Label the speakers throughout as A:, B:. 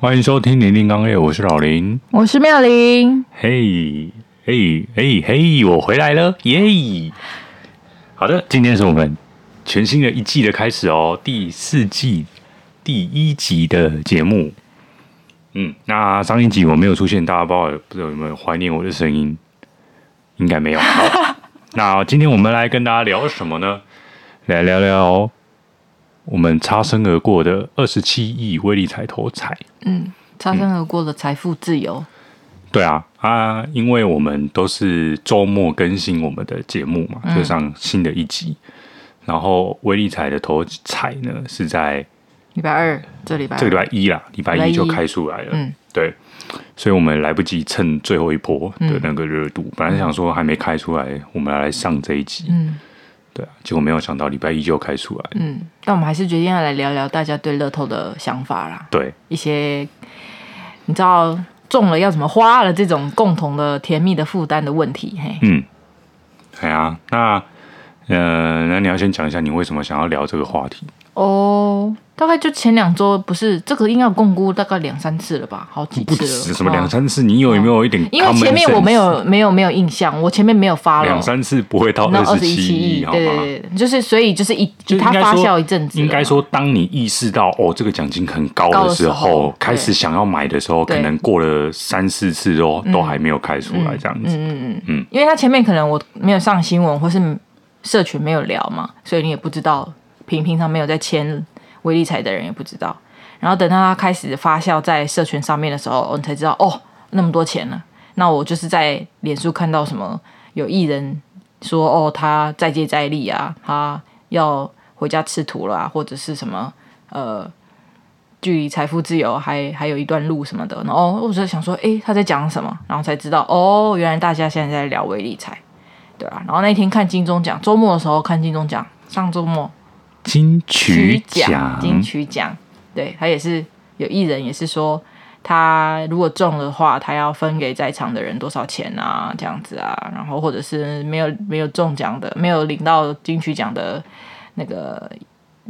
A: 欢迎收听《零零刚 A》，我是老林。
B: 我是妙玲，
A: 嘿，嘿，嘿，嘿，我回来了，耶、好的，今天是我们全新的一季的开始哦，第四季第一集的节目。嗯，那上一集我没有出现，大家不知道不知道有没有怀念我的声音？应该没有。好那今天我们来跟大家聊什么呢？来聊聊我们擦身而过的二十七亿威力彩头彩。
B: 嗯，擦身而过的财富自由，
A: 对啊，啊，因为我们都是周末更新我们的节目嘛，
B: 嗯
A: 就上新的一集。然后威力彩的头彩呢是在
B: 礼拜二这礼拜
A: 这个礼拜一啦，礼拜
B: 嗯礼拜
A: 一
B: 一
A: 就开出来了。
B: 嗯，
A: 对，所以我们来不及蹭最后一波的那个热度。本来想说还没开出来，我们来上这一集。
B: 嗯
A: 对啊，结果没有想到礼拜一就开出来了。
B: 嗯，但我们还是决定要来聊聊大家对乐透的想法啦，
A: 对，
B: 一些你知道中了要怎么花了这种共同的甜蜜的负担的问题，嘿。
A: 嗯，哎呀、那呃，那你要先讲一下你为什么想要聊这个话题？
B: 哦，大概就前两周不是这个应该有共估大概两三次了吧，好几
A: 不
B: 次
A: 止
B: 了。
A: 什么
B: 哦
A: 两三次，你有有没有一点 common sense？
B: 因为前面我没有没有没有印象，我前面没有发了
A: 两三次不会到
B: 那二
A: 十
B: 十一
A: 七
B: 七亿，
A: 好
B: 对
A: 吗？
B: 对对，就是所以就是一
A: 就
B: 它
A: 应该
B: 发
A: 说
B: 酵一阵子了，
A: 应该说，当你意识到哦，这个奖金很高
B: 高
A: 的
B: 的
A: 时
B: 时
A: 候
B: 候，
A: 开始
B: 对
A: 想要买的时候，
B: 对嗯
A: 可能过了三四次都都还没有开出来，这样子。
B: 因为它前面可能我没有上新闻或是社群没有聊嘛，所以你也不知道，平平常没有在签微利财的人也不知道。然后等到它开始发酵在社群上面的时候，哦你才知道哦，那么多钱了。那我就是在脸书看到什么有艺人说哦，他再接再厉啊，他要回家吃土了、啊，或者是什么呃，距离财富自由还还有一段路什么的。然后我就想说，诶，他在讲什么？然后才知道，哦，原来大家现在在聊微理财，对啊。然后那天看金钟奖，周末的时候看金钟奖，上周末
A: 金曲
B: 奖，金曲奖，对他也是有艺人也是说，他如果中的话，他要分给在场的人多少钱啊，这样子啊，然后或者是没有没有中奖的，没有领到金曲奖的那个。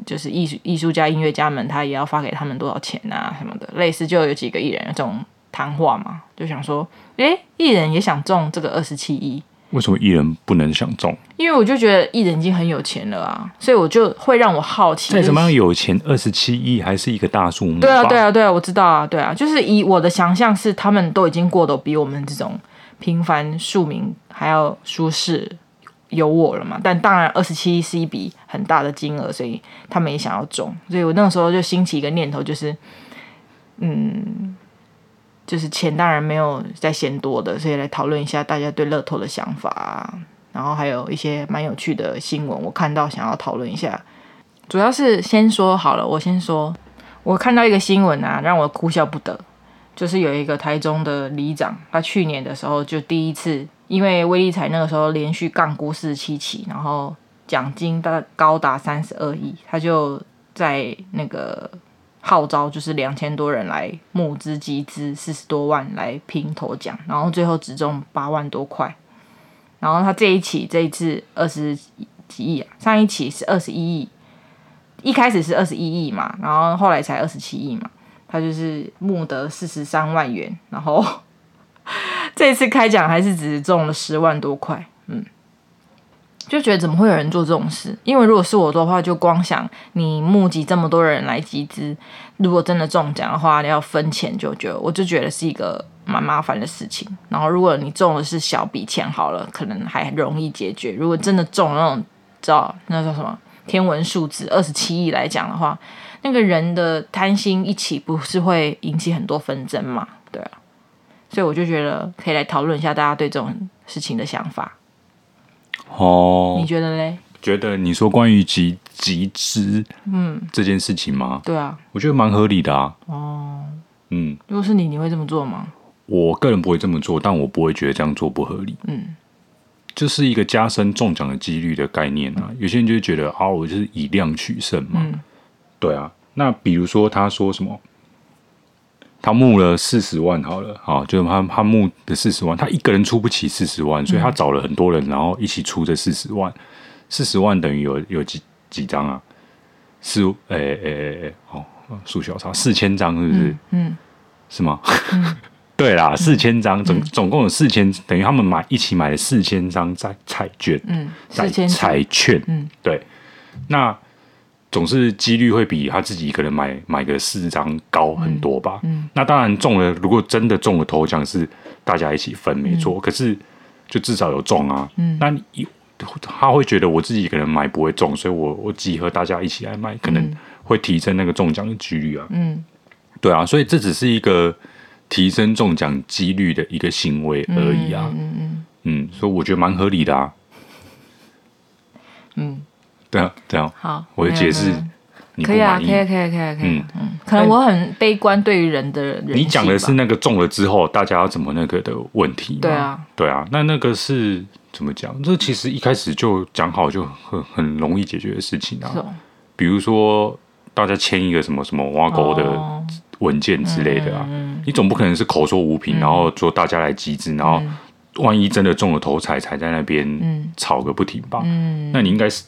B: 就是艺术艺术家、音乐家们，他也要发给他们多少钱啊，什么的，类似就有几个艺人有这种谈话嘛，就想说，诶、艺人也想中这个二十七亿，
A: 为什么艺人不能想中？
B: 因为我就觉得艺人已经很有钱了啊，所以我就会让我好奇，
A: 再
B: 就是
A: 怎么样有钱，二十七亿还是一个大数嗯目吧。
B: 对啊，对啊，对啊，我知道啊，对啊，就是以我的想象是，他们都已经过得比我们这种平凡庶民还要舒适有我了嘛。但当然，二十七是一笔很大的金额，所以他们也想要中。所以我那个时候就兴起一个念头，就是，嗯，就是钱当然没有在嫌多的，所以来讨论一下大家对乐透的想法啊，然后还有一些蛮有趣的新闻，我看到想要讨论一下。主要是先说好了，我先说，我看到一个新闻啊，让我哭笑不得，就是有一个台中的里长，他去年的时候就第一次，因为威力彩那个时候连续杠估四十七期，然后奖金大高达三十二亿，他就在那个号召，就是两千多人来募资集资四十多万来拼头奖，然后最后只中八万多块，然后他这一期这一次二十几亿啊，上一期是二十一亿，一开始是二十一亿嘛，然后后来才二十七亿嘛，他就是募得四十三万元，然后 这次开奖还是只中了十万多块，嗯，就觉得怎么会有人做这种事？因为如果是我的话，就光想你募集这么多人来集资，如果真的中奖的话，你要分钱就觉得我就觉得是一个蛮麻烦的事情。然后如果你中的是小笔钱好了，可能还容易解决；如果真的中了那种，知道那叫什么？天文数字二十七亿来讲的话，那个人的贪心一起，不是会引起很多纷争嘛？对啊，所以我就觉得可以来讨论一下大家对这种事情的想法，
A: 哦
B: 你，觉得嘞？
A: 觉得你说关于集集资，嗯，这件事情吗？
B: 对啊，
A: 我觉得蛮合理的啊。哦，嗯，
B: 如果是你，你会这么做吗？
A: 我个人不会这么做，但我不会觉得这样做不合理。
B: 嗯，
A: 这是一个加深中奖的几率的概念啊。有些人就会觉得啊，我就是以量取胜嘛。
B: 嗯
A: 对啊，那比如说他说什么，他募了四十万好了，啊，就是他他募的四十万，他一个人出不起四十万，
B: 嗯
A: 所以他找了很多人，然后一起出这四十万。四十万等于有有几几张啊？四诶诶诶诶，哦，数学好差，四千张是不是？
B: 嗯，
A: 是吗？ 对啦，四千张，
B: 嗯
A: 总总共有四千，等于他们买一起买了四千张彩彩券，
B: 嗯，
A: 彩
B: 四千
A: 彩券，
B: 嗯，
A: 对，那总是几率会比他自己可能买买个四张高很多吧，
B: 嗯
A: 那当然中了，如果真的中了头奖是大家一起分没错，可是就至少有中啊，
B: 嗯
A: 那你他会觉得我自己可能买不会中，所以我我集合大家一起来买，可能
B: 嗯
A: 会提升那个中奖的几率啊，
B: 嗯
A: 对啊，所以这只是一个提升中奖几率的一个行为而已啊。
B: 嗯嗯
A: 嗯所以我觉得蛮合理的啊。
B: 嗯嗯，
A: 对啊，对啊，
B: 好，
A: 我的
B: 没有
A: 解释
B: 没有
A: 你不
B: 可以啊，
A: 满
B: 可
A: 意。
B: 以啊，可以啊，可以啊，可以啊，
A: 嗯
B: 嗯，可能我很悲观对于人的人性吧，
A: 你讲的是那个中了之后大家要怎么那个的问题嘛
B: 对啊，
A: 对啊，那那个是怎么讲？这其实一开始就讲好就很很容易解决的事情
B: 这
A: 啊。
B: 种
A: 比如说大家签一个什么什么挖沟的
B: 哦
A: 文件之类的啊，
B: 嗯
A: 你总不可能是口说无凭，然后说大家来集资，然后万一真的中了头彩，才在那边
B: 嗯
A: 吵个不停吧？
B: 嗯
A: 那你应该是，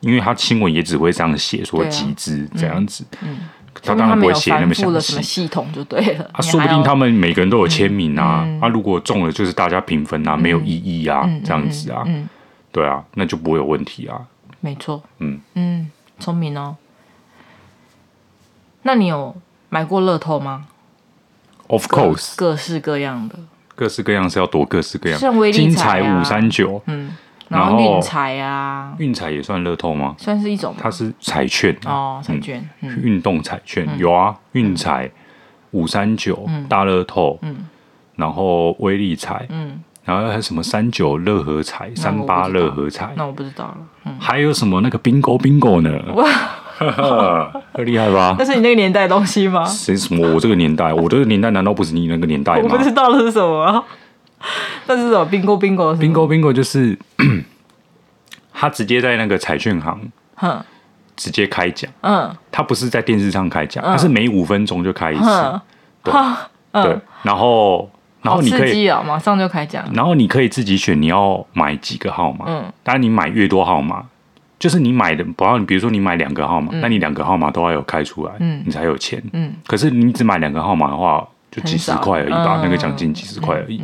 A: 因为他新闻也只会这样写说
B: 对啊
A: 集资这样子，
B: 嗯，
A: 他
B: 说
A: 当
B: 明他
A: 然不
B: 们
A: 会
B: 有
A: 写那么
B: 繁复
A: 详
B: 了什么
A: 细。
B: 系统就对了，
A: 啊，
B: 你
A: 说不
B: 还
A: 定
B: 要
A: 他们每个人都有签名啊，
B: 嗯
A: 啊，如果中了就是大家平分啊，没有异议啊，
B: 嗯嗯
A: 这样子啊，
B: 嗯，嗯
A: 对啊，那就不会有问题啊。
B: 没错，
A: 嗯
B: 嗯，聪明哦。那你有买过乐透吗？
A: Of course，
B: 各式各样的，
A: 各式各样是要躲各式各样，
B: 像威力
A: 金
B: 彩啊
A: 五三九，
B: 嗯，
A: 然
B: 然
A: 后
B: 后运彩啊，
A: 运彩也算乐透吗？
B: 算是一种吧
A: 它是彩券啊
B: 哦，彩券，嗯
A: 运动彩券、有啊，运彩五三九、大乐透，
B: 嗯
A: 然后威力彩，
B: 嗯，
A: 然后还有什么三九乐和彩、
B: 那
A: 三
B: 我不知道
A: 八乐和彩，
B: 那我不知道了，嗯，
A: 还有什么那个 bingo bingo 呢？哇， 厉害吧
B: 那？是你那个年代的东西吗？
A: 谁什么？我这个年代，我这个年代难道不是你那个年代
B: 我
A: 吗
B: 不知道的是什么， 那是什么？bingo bingo 是吗
A: ？bingo bingo 就是 他直接在那个彩券行
B: 哼
A: 直接开奖，
B: 嗯
A: 他不是在电视上开奖，他是每五分钟就开一次
B: 哼。，
A: 对，然后然后
B: 嗯好
A: 你可
B: 刺
A: 以
B: 激哦，马上就开奖，
A: 然后你可以自己选你要买几个号码，
B: 嗯
A: 当然你买越多号码，就是你买的，不要比如说你买两个号码，那你两个号码都要有开出来，
B: 嗯
A: 你才有钱。
B: 嗯，
A: 可是你只买两个号码的话，就几十
B: 很少
A: 块而已吧，
B: 嗯
A: 那个奖金几十块而已。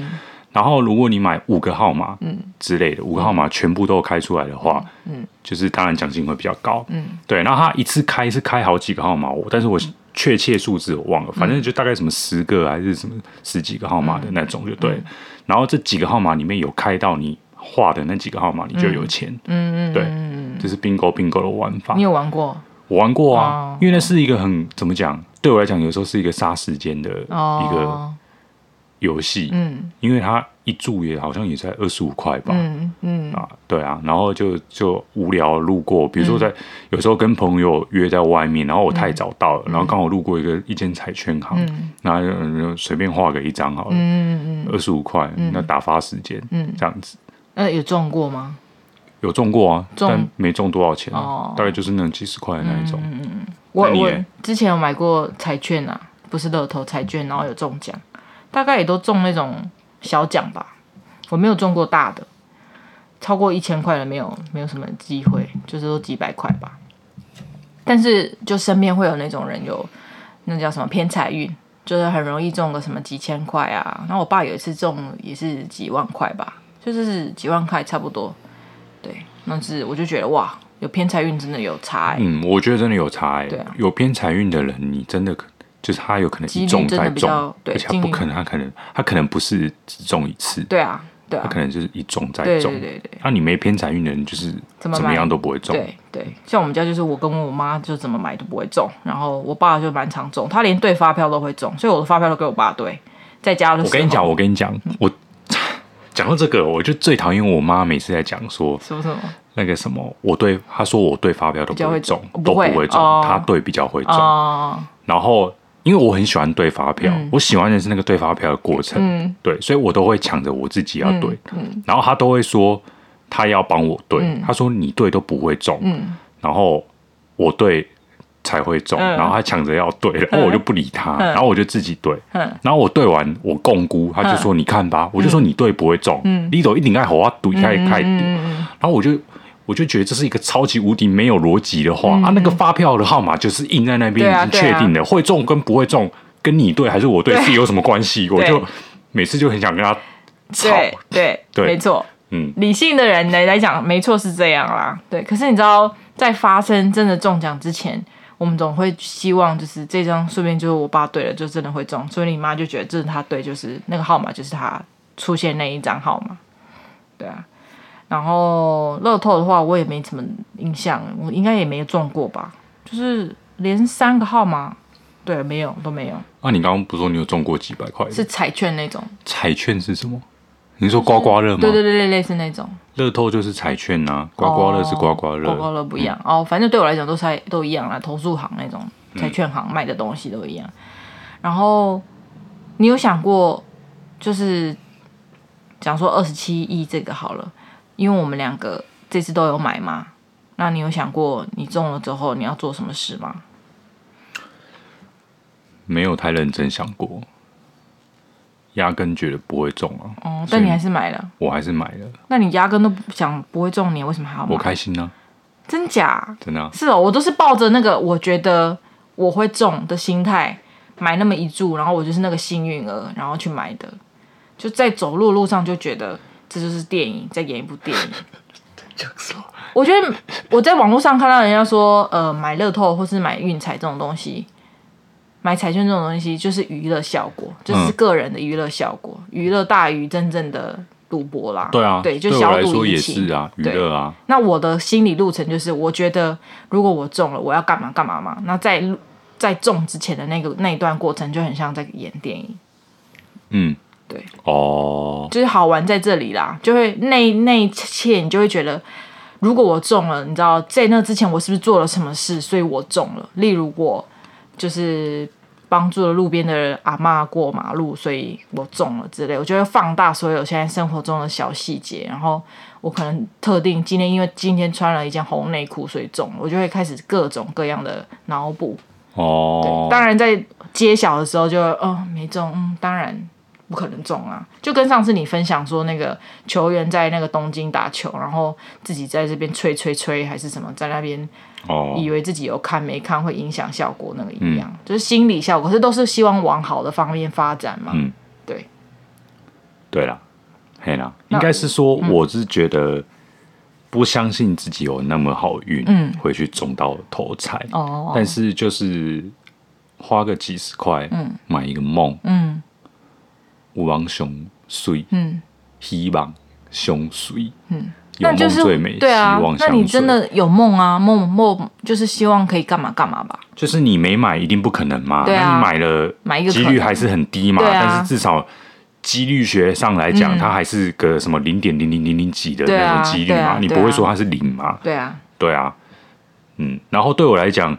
A: 然后如果你买五个号码，之类的，五个号码全部都开出来的话，
B: 嗯嗯
A: 就是当然奖金会比较高，
B: 嗯，
A: 对。然后他一次开是开好几个号码，我但是我确切数字我忘了，
B: 嗯
A: 反正就大概什么十个还是什么十几个号码的那种就
B: 嗯
A: 对了。然后这几个号码里面有开到你画的那几个号码，你就有钱，
B: 嗯嗯，
A: 对
B: 嗯，
A: 这是 bingo bingo 的玩法
B: 你。有玩过
A: 我玩过啊，
B: 哦
A: 因为那是一个很怎么讲，对我来讲有时候是一个杀时间的一个
B: 哦？
A: 游戏，
B: 嗯
A: 因为它一注也好像也才二十五块吧，
B: 嗯嗯
A: 啊，对啊，然后就就无聊路过，比如
B: 嗯
A: 说在、有时候跟朋友约在外面，然后我太早到了，
B: 嗯
A: 然后刚好路过一个一间彩券行，然后就就随便画个一张好了，
B: 嗯嗯嗯，
A: 二十五块，那打发时间，
B: 嗯
A: 这样子
B: 那有中过吗？
A: 有中过啊，
B: 中
A: 但没中多少钱、啊，
B: 哦嗯
A: 大概就是那几十块的那一种，
B: 我
A: 那你
B: 我
A: 耶
B: 之前有买过彩券啊，不是乐透彩券，然后有中奖，大概也都中那种小奖吧，我没有中过大的，超过一千块的没有没有什么机会，就是都几百块吧。但是就身边会有那种人有那叫什么偏财运，就是很容易中个什么几千块啊。然后我爸有一次中也是几万块吧，就是几万块差不多。对，那是我就觉得哇，有偏财运真的有差、欸，
A: 嗯，我觉得真的有差、欸，
B: 对啊
A: 有偏财运的人，你真的可。就是他有可能
B: 几
A: 一
B: 率
A: 中
B: 真的
A: 再
B: 比
A: 中
B: 较，对
A: 而且他
B: 几率
A: 不可能，他可能他可能不是只中一次，
B: 对啊，对啊，
A: 他可能就是一中再
B: 对
A: 中，
B: 对对对
A: 那、你没偏财运的人，就是
B: 怎么
A: 怎么样
B: 买
A: 都不会中。
B: 对对，像我们家就是我跟我妈就怎么买都不会中，然后我爸就蛮常中，他连对发票都会中，所以我的发票都给我爸对，在家的时候
A: 我跟你讲，我跟你讲，我讲到这个，我就最讨厌我妈每次在讲说
B: 什么什么
A: 那个什么，我对她说我对发票都
B: 较
A: 会
B: 会
A: 中
B: 中，不
A: 都不
B: 会
A: 会中，
B: 哦
A: 她对比较会中。
B: 哦，
A: 然后因为我很喜欢对发票，我喜欢的是那个对发票的过程，
B: 嗯
A: 对，所以我都会抢着我自己要对，
B: 嗯
A: 然后他都会说他要帮我对，
B: 嗯
A: 他说你对都不会中，
B: 嗯
A: 然后我对才会中，
B: 嗯
A: 然后他抢着要对，然后我就不理他，
B: 嗯
A: 然后我就自己对，
B: 嗯
A: 然后我对完我共估，他就说你看吧，我就说你对不会中，
B: 嗯
A: 你走一顶爱吼啊赌开开
B: 嗯
A: 然
B: 嗯
A: 后我就。我就觉得这是一个超级无敌没有逻辑的话、啊！那个发票的号码就是印在那边，
B: 嗯对啊
A: 已经确定了，会中跟不会中，跟你对还是我对是有什么关 系？我就每次就很想跟他吵。
B: 对对
A: 对
B: 没错。
A: 嗯，
B: 理性的人来来讲，没错是这样啦。对，可是你知道，在发生真的中奖之前，我们总会希望就是这张，顺便就是我爸对了，就真的会中。所以你妈就觉得这是他对，就是那个号码就是他出现那一张号码。对啊，然后乐透的话，我也没什么印象，我应该也没中过吧，就是连三个号码，对，没有都没有，
A: 那、啊你刚刚不是说你有中过几百块？
B: 是彩券那种。
A: 彩券是什么？你说刮刮乐吗？
B: 对对对对，类似那种。
A: 乐透就是彩券呐、刮刮乐是刮刮乐。嗯
B: 哦刮刮乐不一样、哦。反正对我来讲都是都一样啦，投诉行那种彩券行卖的东西都一样。然后你有想过，就是讲说二十七亿这个好了，因为我们两个这次都有买嘛。那你有想过你中了之后你要做什么事吗？
A: 没有太认真想过，压根觉得不会中啊。
B: 哦，
A: 所以
B: 但你还是买了。
A: 我还是买了，
B: 那你压根都不想不会中，你为什么还要
A: 我
B: 买？
A: 开心啊，
B: 真假？
A: 真的啊、
B: 是哦，我都是抱着那个我觉得我会中的心态买那么一注，然后我就是那个幸运儿，然后去买的。就在走路路上就觉得这就是电影，在演一部电影。我觉得我在网络上看到人家说，呃，买乐透或是买运彩这种东西，买彩券这种东西就是娱乐效果，就是
A: 嗯
B: 个人的娱乐效果，娱乐大于真正的赌博啦。
A: 对啊，
B: 对，就
A: 我
B: 小
A: 来
B: 赌
A: 说
B: 怡
A: 也
B: 情
A: 是啊，娱
B: 对
A: 乐啊，
B: 那我的心理路程就是，我觉得如果我中了，我要干嘛干嘛嘛。那在在中之前的那个那一段过程，就很像在演电影，
A: 嗯，
B: 对，
A: 哦，
B: 就是好玩在这里啦。就会那那一切，你就会觉得，如果我中了，你知道在那之前我是不是做了什么事，所以我中了。例如我就是帮助了路边的阿嬷过马路，所以我中了之类。我就会放大所有现在生活中的小细节，然后我可能特定今天因为今天穿了一件红内裤，所以中了，我就会开始各种各样的脑补。
A: 哦，
B: 当然，在揭晓的时候就哦没中，嗯，当然不可能中啊。就跟上次你分享说，那个球员在那个东京打球，然后自己在这边吹吹吹还是什么，在那边
A: 哦，嗯
B: 以为自己有看没看会影响效果那个一样，就是心理效果，这都是希望往好的方面发展嘛。
A: 嗯
B: 对，
A: 对啦，嘿啦，
B: 那嗯
A: 应该是说，我是觉得不相信自己有那么好运，
B: 嗯
A: 会去中到头彩，
B: 哦
A: 但是就是花个几十块，
B: 嗯，
A: 买一个梦，
B: 嗯
A: 有王熊水，
B: 嗯，
A: 希望熊水，
B: 嗯，
A: 有
B: 那就
A: 梦
B: 是
A: 最美，
B: 对啊
A: 希望，
B: 那
A: 相随。
B: 你真的有梦啊，梦梦就是希望可以干嘛干嘛吧。
A: 就是你没买一定不可能嘛，
B: 对啊
A: 那你买了，
B: 买一个可
A: 几
B: 能
A: 率还是很低嘛，
B: 对啊嗯
A: 但是至少。几率学上来讲，它还是个什么零点零零零零几的
B: 对啊
A: 那种几率
B: 对
A: 嘛，
B: 啊
A: 你不
B: 对
A: 会
B: 啊
A: 说它是零嘛？
B: 对啊，
A: 对啊，嗯，然后对我来讲，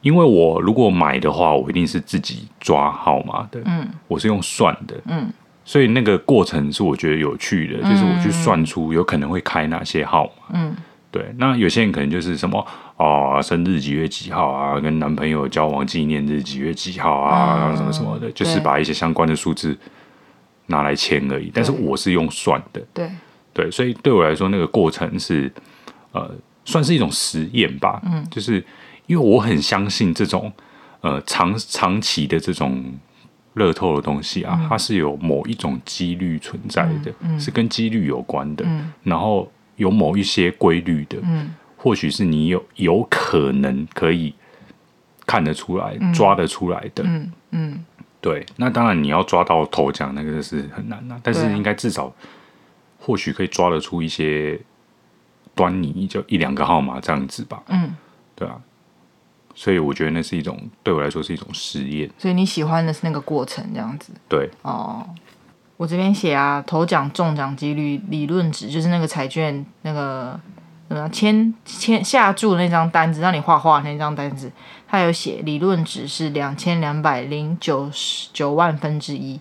A: 因为我如果买的话，我一定是自己抓号码的，
B: 嗯，
A: 我是用算的，
B: 嗯，
A: 所以那个过程是我觉得有趣的，就是我去算出有可能会开哪些号码，
B: 嗯，
A: 对，那有些人可能就是什么哦，生日几月几号啊，跟男朋友交往纪念日几月几号啊，然后什么什么的，就是
B: 嗯对
A: 把一些相关的数字拿来签而已，但是我是用算的，
B: 对，
A: 对，所以对我来说，那个过程是呃，算是一种实验吧。嗯，就是因为我很相信这种呃长长期的这种乐透的东西啊，
B: 嗯
A: 它是有某一种几率存在的，是跟几率有关的，然后有某一些规律的，
B: 嗯
A: 或许是你有有可能可以看得出来、抓得出来的。
B: 嗯嗯，
A: 对，那当然你要抓到头奖那个是很难的、但是
B: 对啊
A: 应该至少或许可以抓得出一些端倪，就一两个号码这样子吧。
B: 嗯，
A: 对啊，所以我觉得那是一种对我来说是一种实验。
B: 所以你喜欢的是那个过程这样子。
A: 对，
B: 哦，我这边写啊，头奖中奖几率理论值就是那个彩券那个怎么样签签下注那张单子，让你画画那张单子，它有写理论值是两千两百零九十九万分之一，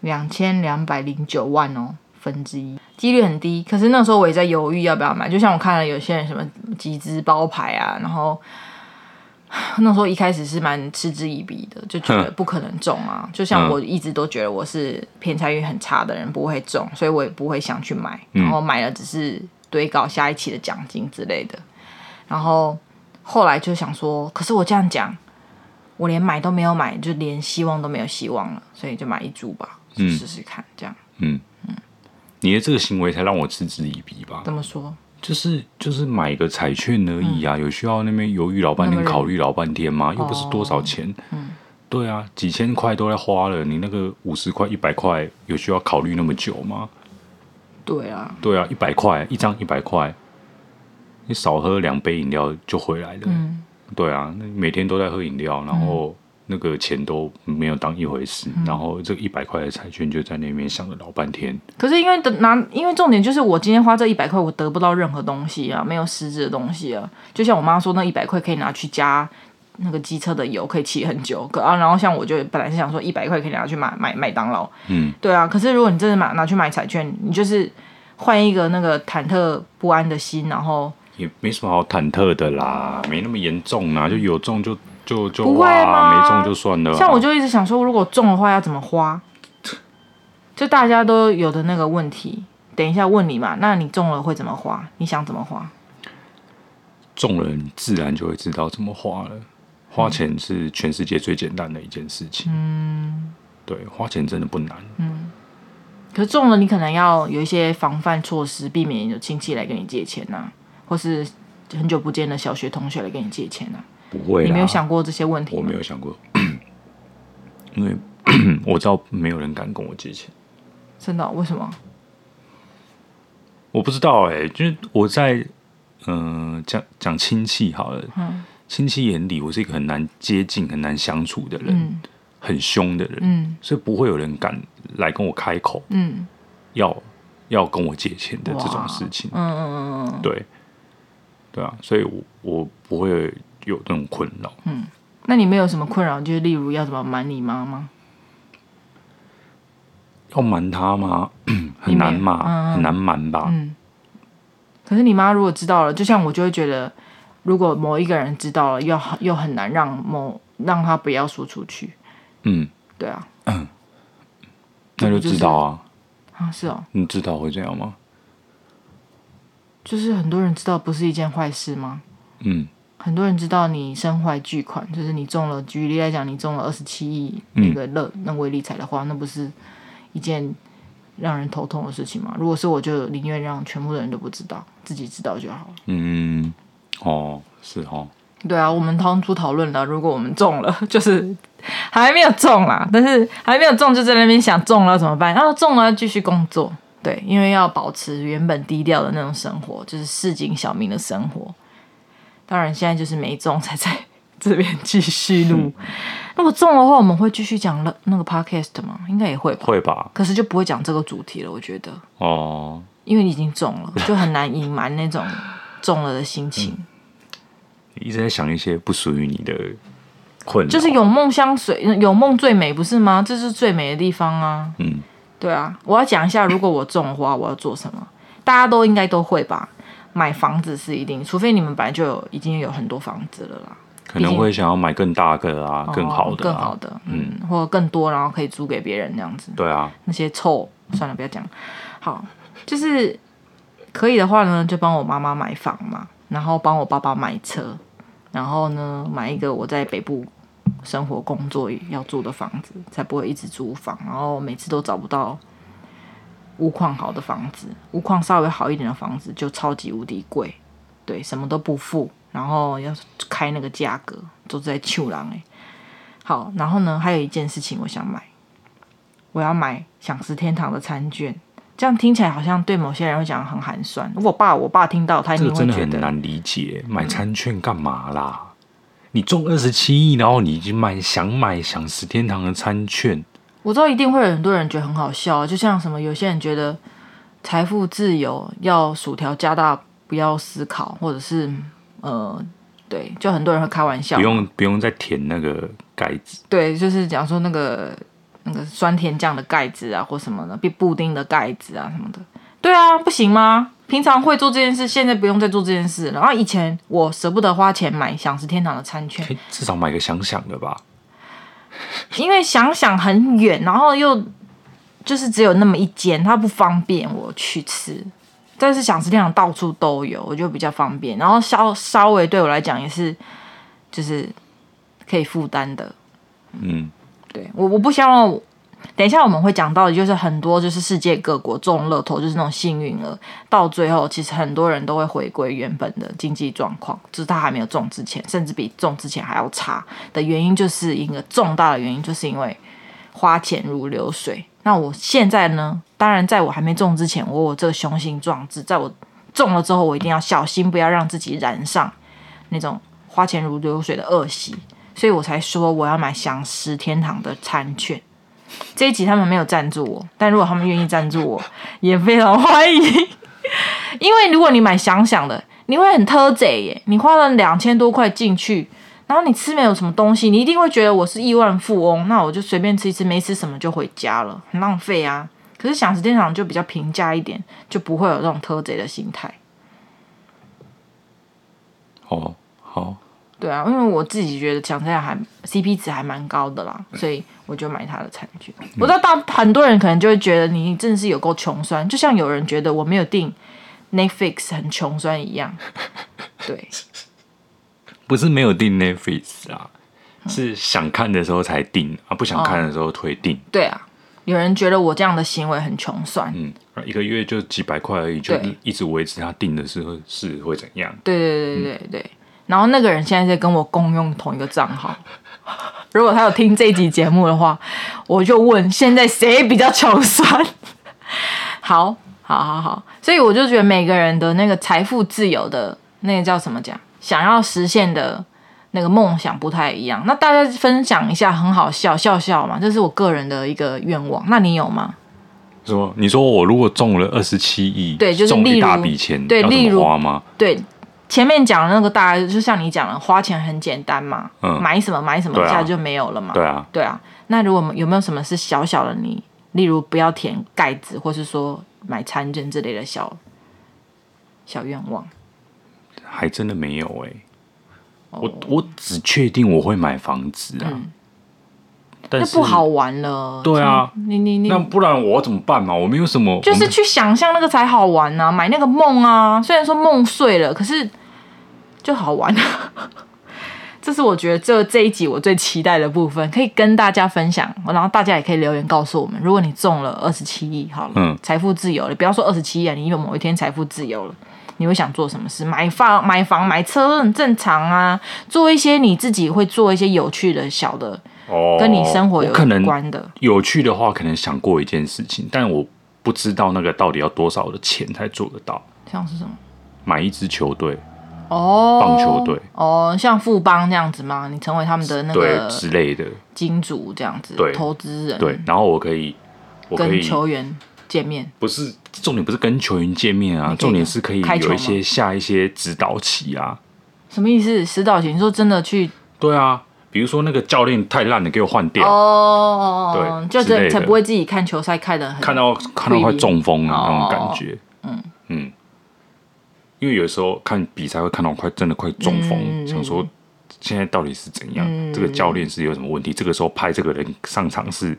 B: 两千两百零九万哦。分之一几率很低，可是那时候我也在犹豫要不要买。就像我看了有些人什么集资包牌啊，然后那时候一开始是蛮嗤之以鼻的，就觉得不可能中啊。就像我一直都觉得我是偏财运很差的人，不会中，所以我也不会想去买。然后买了只是堆搞下一期的奖金之类的。然后后来就想说，可是我这样讲，我连买都没有买，就连希望都没有希望了，所以就买一注吧，就试试看。这样
A: 你的这个行为才让我嗤之以鼻吧？
B: 这么说，
A: 就是就是买个彩券而已啊，有需要那边犹豫老半天、
B: 嗯那么哦
A: 考虑老半天吗？又不是多少钱。嗯，对啊，几千块都在花了，你那个五十块、一百块，有需要考虑那么久吗？
B: 对啊，
A: 对啊，一百块一张，一百块，你少喝两杯饮料就回来了。嗯，对啊，那每天都在喝饮料，然
B: 嗯
A: 后那个钱都没有当一回事，然后这一百块的彩券就在那边想了老半天。
B: 可是因为等拿，因为重点就是我今天花这一百块，我得不到任何东西啊，没有实质的东西啊。就像我妈说，那一百块可以拿去加那个机车的油，可以骑很久。可啊，然后像我就本来是想说一百块可以拿去买买麦当劳，
A: 嗯，
B: 对啊。可是如果你真的买拿去买彩券，你就是换一个那个忐忑不安的心，然后
A: 也没什么好忐忑的啦，没那么严重啊啦，就有中就就就
B: 不会
A: 哇，
B: 吗
A: 没中就算了啊。
B: 像我就一直想说，如果中的话要怎么花？就大家都有的那个问题，等一下问你嘛。那你中了会怎么花？你想怎么花？
A: 中了，你自然就会知道怎么花了。花钱是全世界最简单的一件事情。嗯，对，花钱真的不难。
B: 嗯可是中了，你可能要有一些防范措施，避免有亲戚来跟你借钱呐、或是很久不见的小学同学来跟你借钱呐、
A: 不会啦，
B: 你没有想过这些问
A: 啊
B: 题
A: 我
B: 吗
A: 没？有想过， 因为 我知道没有人敢跟我借钱。
B: 真的哦、为什么？
A: 我不知道哎、就是我在嗯、呃讲讲亲戚好了，
B: 嗯
A: 亲戚眼里我是一个很难接近、很难相处的人，
B: 嗯
A: 很凶的人，
B: 嗯
A: 所以不会有人敢来跟我开口
B: 嗯
A: 要要跟我借钱的这种
B: 哇
A: 事情
B: 嗯。嗯嗯嗯。
A: 对，对啊，所以我我不会有那种困扰。
B: 嗯那你没有什么困扰，就是例如要怎么瞒你妈吗？
A: 要瞒他吗？
B: 你
A: 很
B: 没
A: 难
B: 有
A: 嘛，
B: 嗯嗯
A: 很难瞒吧？
B: 可是你妈如果知道了，就像我就会觉得，如果某一个人知道了，又很又很难让某让他不要说出去。
A: 嗯，
B: 对啊，
A: 那就知道啊。
B: 啊是哦，
A: 你知道会这样吗？
B: 就是很多人知道不是一件坏事吗？
A: 嗯，
B: 很多人知道你身怀巨款，就是你中了，举例来讲，你中了二十七亿
A: 嗯
B: 那个乐那威力彩的话，那不是一件让人头痛的事情吗？如果是我，就宁愿让全部的人都不知道，自己知道就好了。
A: 嗯，哦，是哦，
B: 对啊，我们当初讨论了，如果我们中了， 就是还没有中啦，但是还没有中就在那边想中了怎么办？然后啊中了要继续工作，对，因为要保持原本低调的那种生活，就是市井小民的生活。当然，现在就是没中才在这边继续录。如果中的话，我们会继续讲了那个 podcast 吗？应该也会吧，
A: 会吧？
B: 可是就不会讲这个主题了，我觉得，
A: 哦，
B: 因为你已经中了，就很难隐瞒那种中了的心情。
A: 一直在想一些不属于你的困扰，
B: 就是有梦相随，嗯有梦最美，不是吗？这是最美的地方啊。
A: 嗯，
B: 对啊，我要讲一下，如果我中的话，我要做什么？大家都应该都会吧。买房子是一定，除非你们本来就有已经有很多房子了啦，
A: 可能会想要买更大个啊，更好
B: 哦
A: 的、啊，
B: 更好的，嗯，或者更多，然后可以租给别人这样子。
A: 对啊，
B: 那些臭，算了，不要讲。好，就是可以的话呢，就帮我妈妈买房嘛，然后帮我爸爸买车，然后呢，买一个我在北部生活工作要住的房子，才不会一直租房，然后每次都找不到屋况好的房子，屋况稍微好一点的房子就超级无敌贵，对，什么都不付，然后要开那个价格，都在秋郎哎。好，然后呢，还有一件事情我想买。我要买享食天堂的餐券。这样听起来好像对某些人会讲很寒酸。如果爸我爸听到，他一
A: 这
B: 定
A: 个
B: 会
A: 真的
B: 觉
A: 很
B: 得，嗯
A: 难理解，买餐券干嘛啦？你中二十七亿，然后你去买想买想食天堂的餐券，
B: 我知道一定会有很多人觉得很好笑啊，就像什么有些人觉得财富自由要薯条加大不要思考，或者是呃，对，就很多人会开玩笑
A: 不，用不用再舔那个盖子，
B: 对，就是讲说那个那个酸甜酱的盖子啊，或什么的，比布丁的盖子啊什么的。对啊，不行吗？平常会做这件事，现在不用再做这件事。然后以前我舍不得花钱买享食天堂的餐券，
A: 嘿至少买个想想的吧。
B: 因为想想很远，然后又就是只有那么一间，它不方便我去吃。但是想吃天堂到处都有，我觉得比较方便。然后稍稍微对我来讲也是，就是可以负担的。
A: 嗯，
B: 对我我不希望我。等一下我们会讲到的，就是很多就是世界各国中乐透，就是那种幸运儿，到最后其实很多人都会回归原本的经济状况，就是他还没有中之前，甚至比中之前还要差的原因，就是一个重大的原因，就是因为花钱如流水。那我现在呢，当然在我还没中之前，我有这个雄心壮志，在我中了之后，我一定要小心，不要让自己染上那种花钱如流水的恶习。所以我才说我要买享食天堂的餐券。这一集他们没有赞助我，但如果他们愿意赞助我，也非常欢迎。 因为如果你买想想的，你会很偷贼耶，你花了两千多块进去，然后你吃没有什么东西，你一定会觉得我是亿万富翁，那我就随便吃一吃，没吃什么就回家了，很浪费啊。可是享食天堂就比较平价一点，就不会有这种偷贼的心态。
A: 哦，好，
B: 对啊，因为我自己觉得讲真的还 CP 值还蛮高的啦，所以我就买他的餐具。我知道大很多人可能就会觉得你真的是有够穷酸，就像有人觉得我没有订 Netflix 很穷酸一样。对，
A: 不是没有订 Netflix 啊，
B: 嗯
A: 是想看的时候才订啊，不想看的时候退订。
B: 对啊，有人觉得我这样的行为很穷酸。
A: 嗯，一个月就几百块而已，就
B: 对
A: 一直维持他定的是会是会怎样？
B: 对对对对对对。然后那个人现在在跟我共用同一个账号。 如果他有听这集节目的话，我就问现在谁比较穷酸？ 好，好，好，好。所以我就觉得每个人的那个财富自由的那个叫什么讲，想要实现的那个梦想不太一样。那大家分享一下，很好笑，笑笑嘛，这是我个人的一个愿望。那你有吗？
A: 什么？你说我如果中了二十七亿，
B: 对就是
A: 中
B: 例
A: 一
B: 如
A: 大笔钱，
B: 对
A: 要怎
B: 例如
A: 么花吗？
B: 对，前面讲的那个大概就像你讲的，花钱很简单嘛，
A: 嗯
B: 买什么买什么，
A: 对
B: 一
A: 啊
B: 下就没有了嘛。
A: 对啊，
B: 对啊，那如果有没有什么是小小的你，例如不要舔盖子，或是说买餐券之类的小小愿望？
A: 还真的没有哎、
B: 哦
A: 我我只确定我会买房子啊，但
B: 嗯那
A: 是
B: 不好玩了。
A: 对啊
B: 像，你你你
A: 那不然我要怎么办嘛？我没有什么，
B: 就是
A: 我没
B: 去想象那个才好玩呐、买那个梦啊，虽然说梦碎了，可是就好玩。 这是我觉得这这一集我最期待的部分，可以跟大家分享，然后大家也可以留言告诉我们，如果你中了二十七亿，好了，
A: 嗯
B: 财富自由了，不要说二十七亿啊，你有某一天财富自由了。你会想做什么事？买房、买房、买车都很正常啊。做一些你自己会做一些有趣的小的，
A: 哦，
B: 跟你生活有
A: 我可能
B: 关的。
A: 有趣的话，可能想过一件事情，但我不知道那个到底要多少的钱才做得到。
B: 像是什么？
A: 买一支球队，
B: 哦，
A: 棒球队
B: 哦，像富邦这样子吗？你成为他们的那
A: 对
B: 个嗯
A: 之类的，
B: 金主这样子，
A: 对
B: 投资人，
A: 对，，然后我可以，我可
B: 跟
A: 以
B: 球员见面，
A: 不是重点，不是跟球员见面啊，
B: 你可以
A: 重点是可以
B: 开球
A: 有
B: 吗
A: 一些下一些指导棋啊。
B: 什么意思？石导贤说真的去
A: 对啊，比如说那个教练太烂了，给我换掉，
B: 哦，
A: 对
B: 就
A: 之类
B: 这
A: 的
B: 才不会自己看球赛看的很，哦
A: 看到看到快中风了那种感觉。嗯因为有时候看比赛会看到快真的快中风，
B: 嗯嗯嗯嗯
A: 想说现在到底是怎样？这个教练是有什么问题？这个时候派这个人上场是，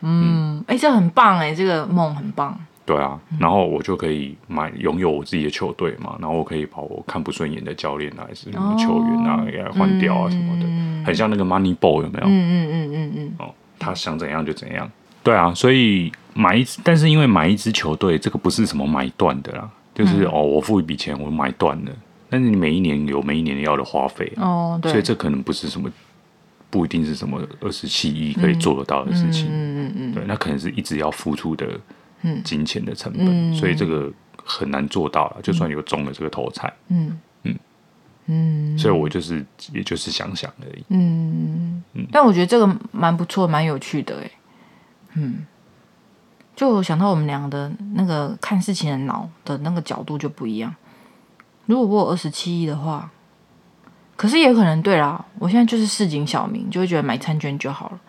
B: 嗯，哎，这很棒哎，这个梦很棒，
A: 对啊，
B: 嗯
A: 然后我就可以买拥有我自己的球队嘛，然后我可以把我看不顺眼的教练啊，还是什么球员啊，给他换掉啊什么的，很像那个 Money Ball 有没有？
B: 哦嗯嗯嗯嗯嗯，
A: 哦，他想怎样就怎样。对啊，所以买一支，但是因为买一支球队，这个不是什么买断的啦，就是、
B: 嗯
A: 哦，我付一笔钱，我买断了，但是你每一年有每一年要的花费啊，
B: 哦，对，
A: 所以这可能不是什么，不一定是什么二十七亿可以做得到的事情，
B: 嗯嗯嗯，
A: 对，那可能是一直要付出的金钱的成本，
B: 嗯
A: 所以这个很难做到了，就算有中了这个头彩，
B: 嗯
A: 嗯
B: 嗯
A: 所以我就是也就是想想而已，
B: 嗯，但我觉得这个蛮不错，蛮有趣的哎。嗯，就我想到我们俩的那个看事情的脑的那个角度就不一样。如果我有二十七亿的话，可是也可能对啦，我现在就是市井小民，就会觉得买餐券就好了。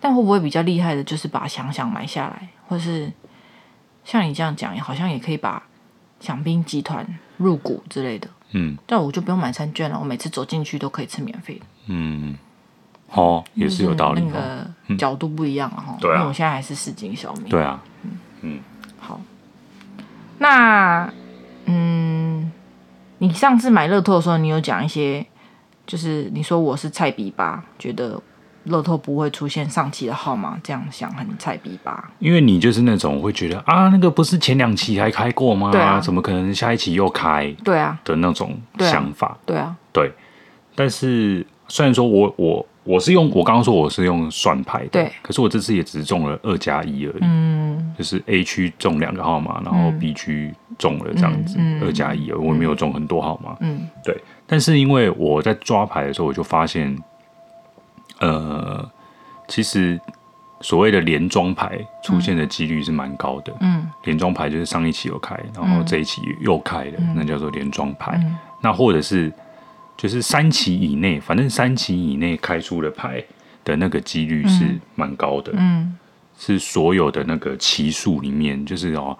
B: 但会不会比较厉害的，就是把想想买下来，或是像你这样讲，好像也可以把享兵集团入股之类的。
A: 嗯
B: 但我就不用买餐券了，我每次走进去都可以吃免费的。
A: 嗯，哦，也是有道理
B: 嗯
A: 哦。
B: 那个角度不一样了哈。
A: 对啊
B: 因为我现在还是市井小民。
A: 对啊，
B: 好，那嗯，你上次买乐透的时候，你有讲一些，就是你说我是菜比吧，觉得乐透不会出现上期的号码，这样想很菜比吧。
A: 因为你就是那种会觉得啊，那个不是前两期还开过吗？
B: 对啊
A: 怎么可能下一期又开
B: 对啊，
A: 的那种
B: 对啊
A: 想法？
B: 对啊，
A: 对，但是虽然说我我我是用我刚刚说我是用算牌的，
B: 对
A: 可是我这次也只中了二加一而已，
B: 嗯，
A: 就是 A 区中两个号码，然后 B 区中了这样子
B: 嗯嗯
A: 二加一而已，我也没有中很多号码，
B: 嗯，
A: 对，但是因为我在抓牌的时候，我就发现，呃，其实所谓的连庄牌出现的几率是蛮高的，
B: 嗯，
A: 连庄牌就是上一期有开，然后这一期又开了，
B: 嗯
A: 那叫做连庄牌，那或者是就是三期以内，反正三期以内开出的牌的那个几率是蛮高的，
B: 嗯，
A: 是所有的那个期数里面，就是哦，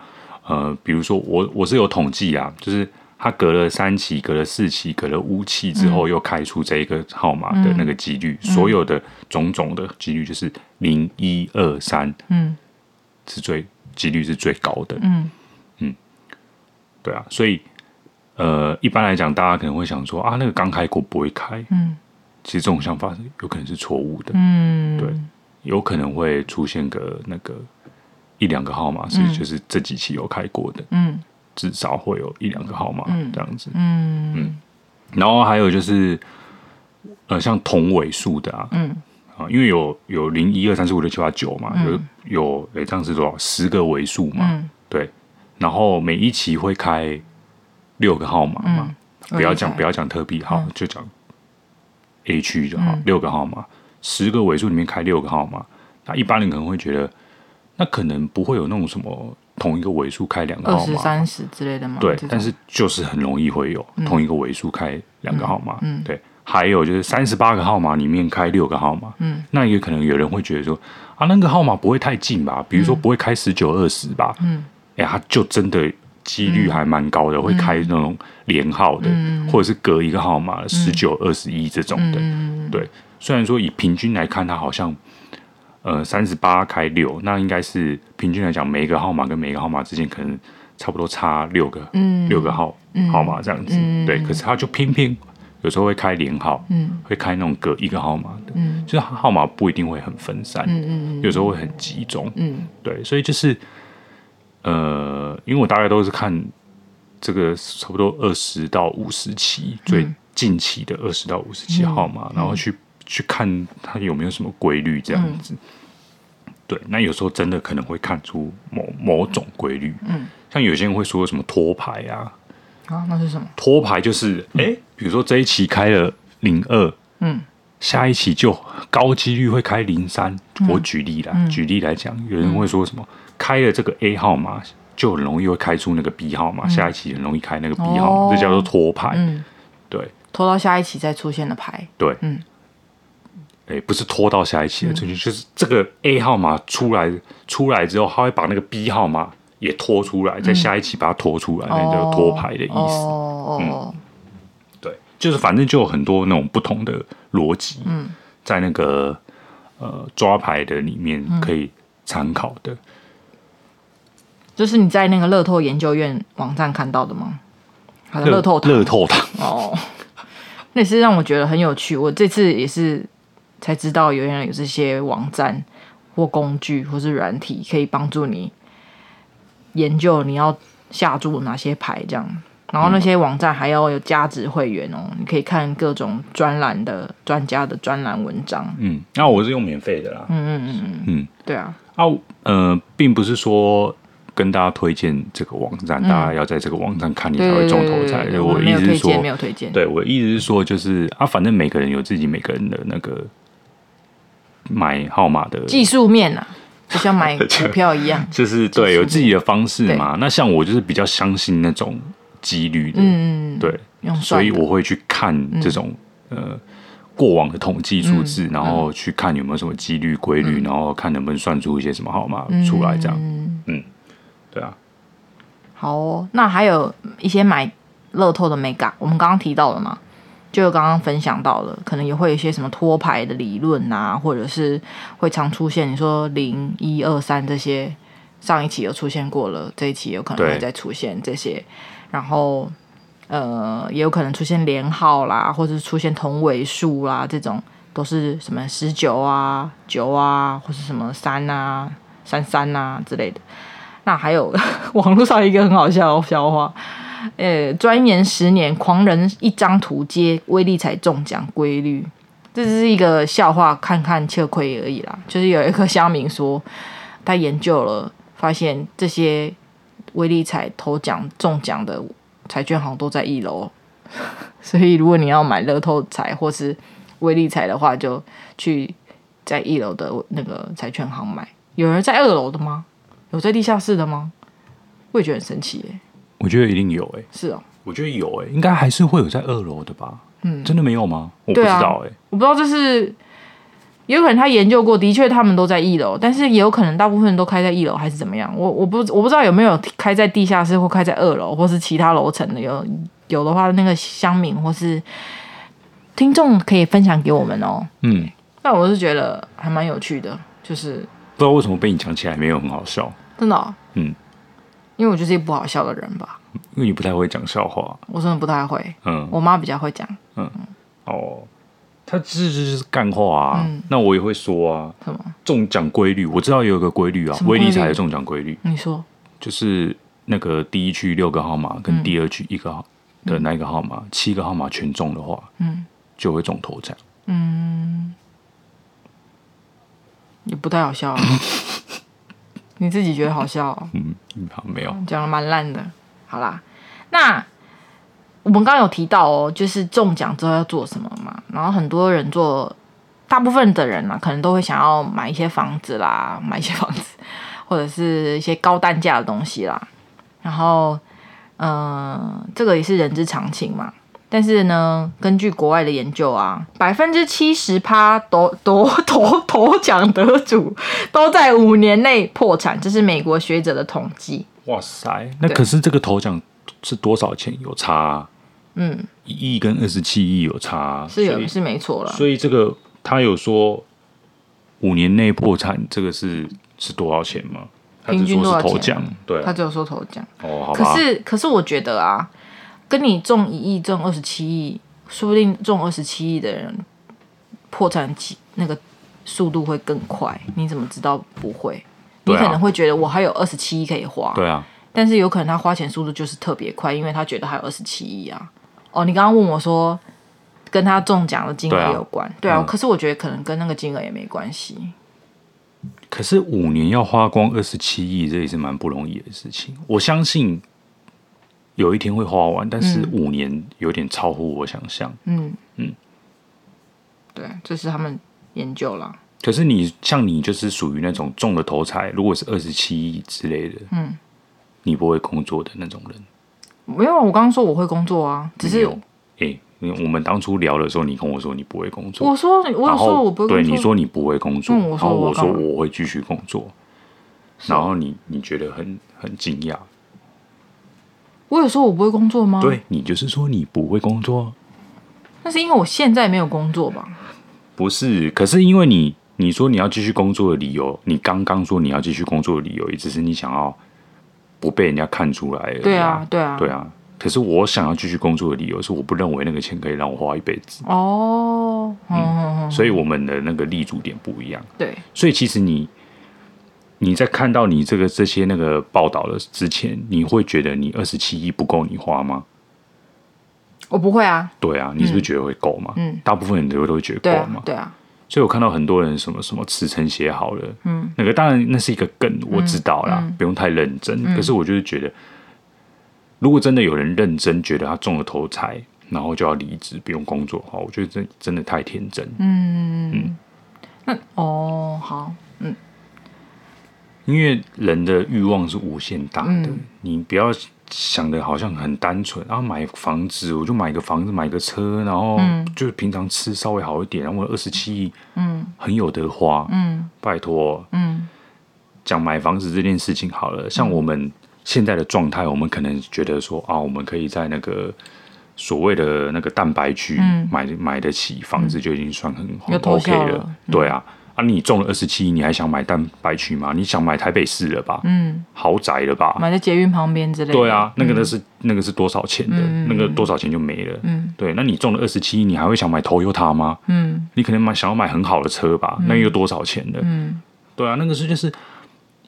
A: 呃，比如说我我是有统计啊，就是它隔了三期、隔了四期、隔了五期之
B: 嗯
A: 后，又开出这一个号码的那个几率，所有的种种的几率就是零一二三，
B: 嗯，
A: 是最几率是最高的，
B: 嗯
A: 嗯对啊，所以呃，一般来讲，大家可能会想说啊，那个刚开过不会开，
B: 嗯，
A: 其实这种想法是有可能是错误的，
B: 嗯，
A: 对，有可能会出现个那个一两个号码是就是这几期有开过的，
B: 嗯
A: 至少会有一两个号码这样子。
B: 嗯
A: 然后还有就是呃，像同尾数的啊，
B: 嗯
A: 啊，因为有有零一二三四五六七八九嘛，有有诶，这样是多少？十个尾数嘛，
B: 嗯
A: 对。然后每一期会开六个号码嘛，不要讲
B: 我理解
A: 不要讲特币号，
B: 嗯
A: 就讲 A 区就好，六个号码，十个尾数里面开六个号码。那一般人可能会觉得，那可能不会有那种什么同一个尾数开两个
B: 二
A: 号
B: 十
A: 码，
B: 三十之类的嘛。
A: 对
B: 这种，嗯
A: 但是就是很容易会有同一个尾数开两个号码，
B: 嗯嗯
A: 对。还有就是三十八个号码里面开六个号码，
B: 嗯，
A: 那也可能有人会觉得说，啊，那个号码不会太近吧？比如说不会开十九二十吧？
B: 嗯，
A: 哎、它就真的几率还蛮高的，会开那种连号的，或者是隔一个号码十九二十一这种的，
B: 嗯
A: 对。虽然说以平均来看，它好像呃三十八开六，那应该是平均来讲，每一个号码跟每一个号码之间可能差不多差六个，
B: 嗯
A: 六个号、号码这样子，
B: 嗯
A: 对。可是它就偏偏有时候会开连号，
B: 嗯
A: 会开那种隔一个号码的，
B: 嗯
A: 就是它号码不一定会很分散，
B: 嗯嗯
A: 有时候会很集中，
B: 嗯
A: 对，所以就是呃，因为我大概都是看这个差不多二十到五十期最
B: 嗯
A: 近期的二十到五十期号码，然后去去看它有没有什么规律这
B: 嗯
A: 样子。对，那有时候真的可能会看出某某种规律，
B: 嗯，
A: 像有些人会说什么托牌啊，
B: 啊，那是什么？
A: 托牌就是哎、诶比如说这一期开了零二，
B: 嗯，
A: 下一期就高几率会开零三。
B: 嗯
A: 我举例啦，举例来讲，有人会说什么开了这个 A 号码，就很容易会开出那个 B 号码，下一期很容易开那个 B 号码，
B: 嗯哦
A: 这叫做托牌。
B: 嗯
A: 对
B: 拖到下一期再出现的牌。
A: 对，
B: 嗯，
A: 哎、不是拖到下一期的，就是就是这个 A 号码出来出来之后，他会把那个 B 号码也拖出来，在下一期把它拖出来，那叫拖牌的意思。
B: 嗯哦哦，
A: 嗯对，就是反正就有很多那种不同的逻辑，
B: 嗯
A: 在那个呃抓牌的里面
B: 嗯
A: 可以参考的。
B: 就是你在那个乐透研究院网站看到的吗？好的，
A: 乐
B: 呃乐透塔
A: 乐透糖，
B: 哦， 那也是让我觉得很有趣。我这次也是才知道，原来有这些网站或工具或是软体可以帮助你研究你要下注哪些牌这样。
A: 嗯
B: 然后那些网站还要有价值会员哦，你可以看各种专栏的专家的专栏文章。
A: 嗯，那、我是用免费的啦，嗯
B: 对啊，
A: 啊，呃，并不是说。跟大家推荐这个网站，大家要在这个网站看你才
B: 对
A: 会
B: 对
A: 中
B: 对
A: 头
B: 嗯对
A: 彩。
B: 对对，
A: 我
B: 们
A: 的
B: 没
A: 意
B: 有
A: 思是
B: 推
A: 说
B: 荐，没，有推荐。
A: 对我的意思是说，就是啊，反正每个人有自己每个人的那个买号码的
B: 技术面啊，就像
A: 。
B: 买股票一样
A: 就是
B: 技
A: 对
B: 术
A: 有自己的方式嘛。那像我就是比较相信那种几率的，
B: 嗯，
A: 对，
B: 用
A: 所
B: 算
A: 以
B: 的嗯
A: 我会去看这种、呃过往的统计数字，然
B: 嗯
A: 后去看有没有什么几率规律，然后看能不能算出一些什么号码出来，这样，嗯对啊，
B: 好哦，那还有一些买乐透的美感，我们刚刚提到了嘛，就刚刚分享到了，可能也会有一些什么托牌的理论啊，或者是会常出现你说零一二三这些，上一期有出现过了，这一期有可能
A: 对
B: 会再出现这些，然后呃，也有可能出现连号啦，或者是出现同尾数啦，这种都是什么十九啊、九啊，或是什么三啊、三三啊之类的。那还有 网络上一个很好笑的笑话，呃，钻研十年，狂人一张图接威力才中奖规律，这只是一个笑话，看看吃亏而已啦。就是有一个乡民说，他研究了，发现这些威力彩头奖中奖的彩券行都在一楼， 所以如果你要买乐透彩或是威力彩的话，就去在一楼的那个彩券行买。有人在二楼的吗？有在地下室的吗？我也觉得很神奇耶、
A: 我觉得一定有欸诶、
B: 是哦，
A: 我觉得有诶、应该还是会有在二楼的吧？嗯，真的没有吗？我不知
B: 对啊
A: 道欸诶、
B: 我不知道这是，也有可能他研究过，的确他们都在一楼，但是也有可能大部分都开在一楼还是怎么样，我我不我不知道有没有开在地下室或开在二楼或是其他楼层的，有有的话那个乡民或是听众可以分享给我们哦。
A: 嗯，
B: 那我是觉得还蛮有趣的，就是
A: 不知道为什么被你讲起来没有很好笑，
B: 真的哦、
A: 嗯，
B: 因为我就是一个不好笑的人吧，
A: 因为你不太会讲笑话，
B: 我真的不太会，
A: 嗯，
B: 我妈比较会讲
A: 哦，他这就是干话啊，
B: 嗯
A: 那我也会说啊，
B: 什么？
A: 中奖规律，我知道有一个规律啊
B: 什，么
A: 威
B: 规律
A: 力彩的中奖规律
B: 你说
A: 就是那个第一区六个号码
B: 嗯
A: 跟第二区一个号的那一个号码，七个号码全中的话，
B: 嗯，
A: 就会中头奖。
B: 也不太好笑、啊，你自己觉得好笑、哦？
A: 嗯，好没有，
B: 讲的蛮烂的。好啦，那我们刚刚有提到哦，就是中奖之后要做什么嘛？然后很多人做，大部分的人嘛，可能都会想要买一些房子啦，买一些房子，或者是一些高单价的东西啦。然后，嗯、这个也是人之常情嘛。但是呢，根据国外的研究啊，百分之七十趴 夺夺夺夺奖得主都在五年内破产，这是美国学者的统计。
A: 哇塞，那可是这个头奖是多少钱？有差、啊，
B: 嗯，
A: 一亿跟二十七亿有差啊、
B: 是
A: 所以
B: 有是没错了，
A: 所以这个他有说五年内破产，这个是是多少钱吗？他只
B: 平均
A: 说
B: 多少
A: 是头
B: 钱
A: 奖，对
B: 他
A: 啊，
B: 只有说头奖。
A: 哦，好
B: 可
A: 吧，
B: 是可是我觉得啊，跟你中一亿中二十七亿，说不定中二十七亿的人破产期那个速度会更快，你怎么知道不会？你
A: 对啊
B: 可能会觉得我还有二十七亿可以花，
A: 对啊，
B: 但是有可能他花钱速度就是特别快，因为他觉得还有二十七亿啊。哦，你刚刚问我说跟他中奖的金
A: 对啊
B: 额有关，对啊，
A: 嗯
B: 可是我觉得可能跟那个金额也没关系。
A: 可是五年要花光二十七亿，这也是蛮不容易的事情。我相信有一天会花完，但是五年有点超乎我想象。
B: 嗯
A: 嗯，
B: 对，这是他们研究啦。
A: 可是你像你就是属于那种中了头彩，如果是二十七亿之类的，
B: 嗯，
A: 你不会工作的那种人。
B: 没有啊，我刚刚说我会工作啊，只是
A: 哎、我们当初聊的时候，你跟我说你不会工作，
B: 我说我有
A: 然
B: 说
A: 后
B: 我不会工
A: 对
B: 作，
A: 你说你不会工作，
B: 嗯我
A: 然
B: 说
A: 后
B: 我
A: 我说
B: 干嘛
A: 我会继续工作，然后你你觉得很很惊讶，
B: 我有说我不会工作吗？，
A: 对你就是说你不会工作啊。
B: 那是因为我现在没有工作吧？
A: 不是，可是因为你你说你要继续工作的理由，你刚刚说你要继续工作的理由，也只是你想要不被人家看出来而已、
B: 对啊，，对啊，
A: 对啊。可是我想要继续工作的理由是，我不认为那个钱可以让我花一辈子，
B: 哦，嗯嗯嗯，
A: 所以我们的那个立足点不一样。
B: 对，
A: 所以其实你你在看到你这个这些那个报道的之前，你会觉得你二十七亿不够你花吗？
B: 我不会啊，
A: 对啊，你是不是觉得会够吗？
B: 嗯
A: 大部分人都都会觉得
B: 对
A: 够
B: 啊
A: 嘛。，
B: 对啊，
A: 所以我看到很多人什么什么辞呈写好了，嗯，那个当然那是一个梗，
B: 嗯
A: 我知道啦，不用太认真。可是我就是觉得，如果真的有人认真觉得他中了头彩，然后就要离职不用工作的话，我觉得这真的太天真。
B: 那哦好，
A: 因为人的欲望是无限大的，你不要想的好像很单纯啊，买房子我就买个房子，买个车，然后就是平常吃稍微好一点，然后我二十七亿，嗯，很有得花，嗯，拜托，
B: 嗯，
A: 讲买房子这件事情好了，像我们现在的状态，我们可能觉得说啊，我们可以在那个所谓的那个蛋白区、买买得起房子，就已经算很很
B: 嗯有头
A: OK
B: 效了嗯
A: 对啊。啊，你中了二十七，你还想买蛋白区吗？你想买台北市了吧？嗯，豪宅了吧？
B: 买在捷运旁边之类的。
A: 对啊，那个那是、那个是多少钱的？那个多少钱就没了。嗯，对，那你中了二十七，你还会想买 Toyota 吗？嗯，你可能买想要买很好的车吧？那又多少钱的？嗯，对啊，那个是就是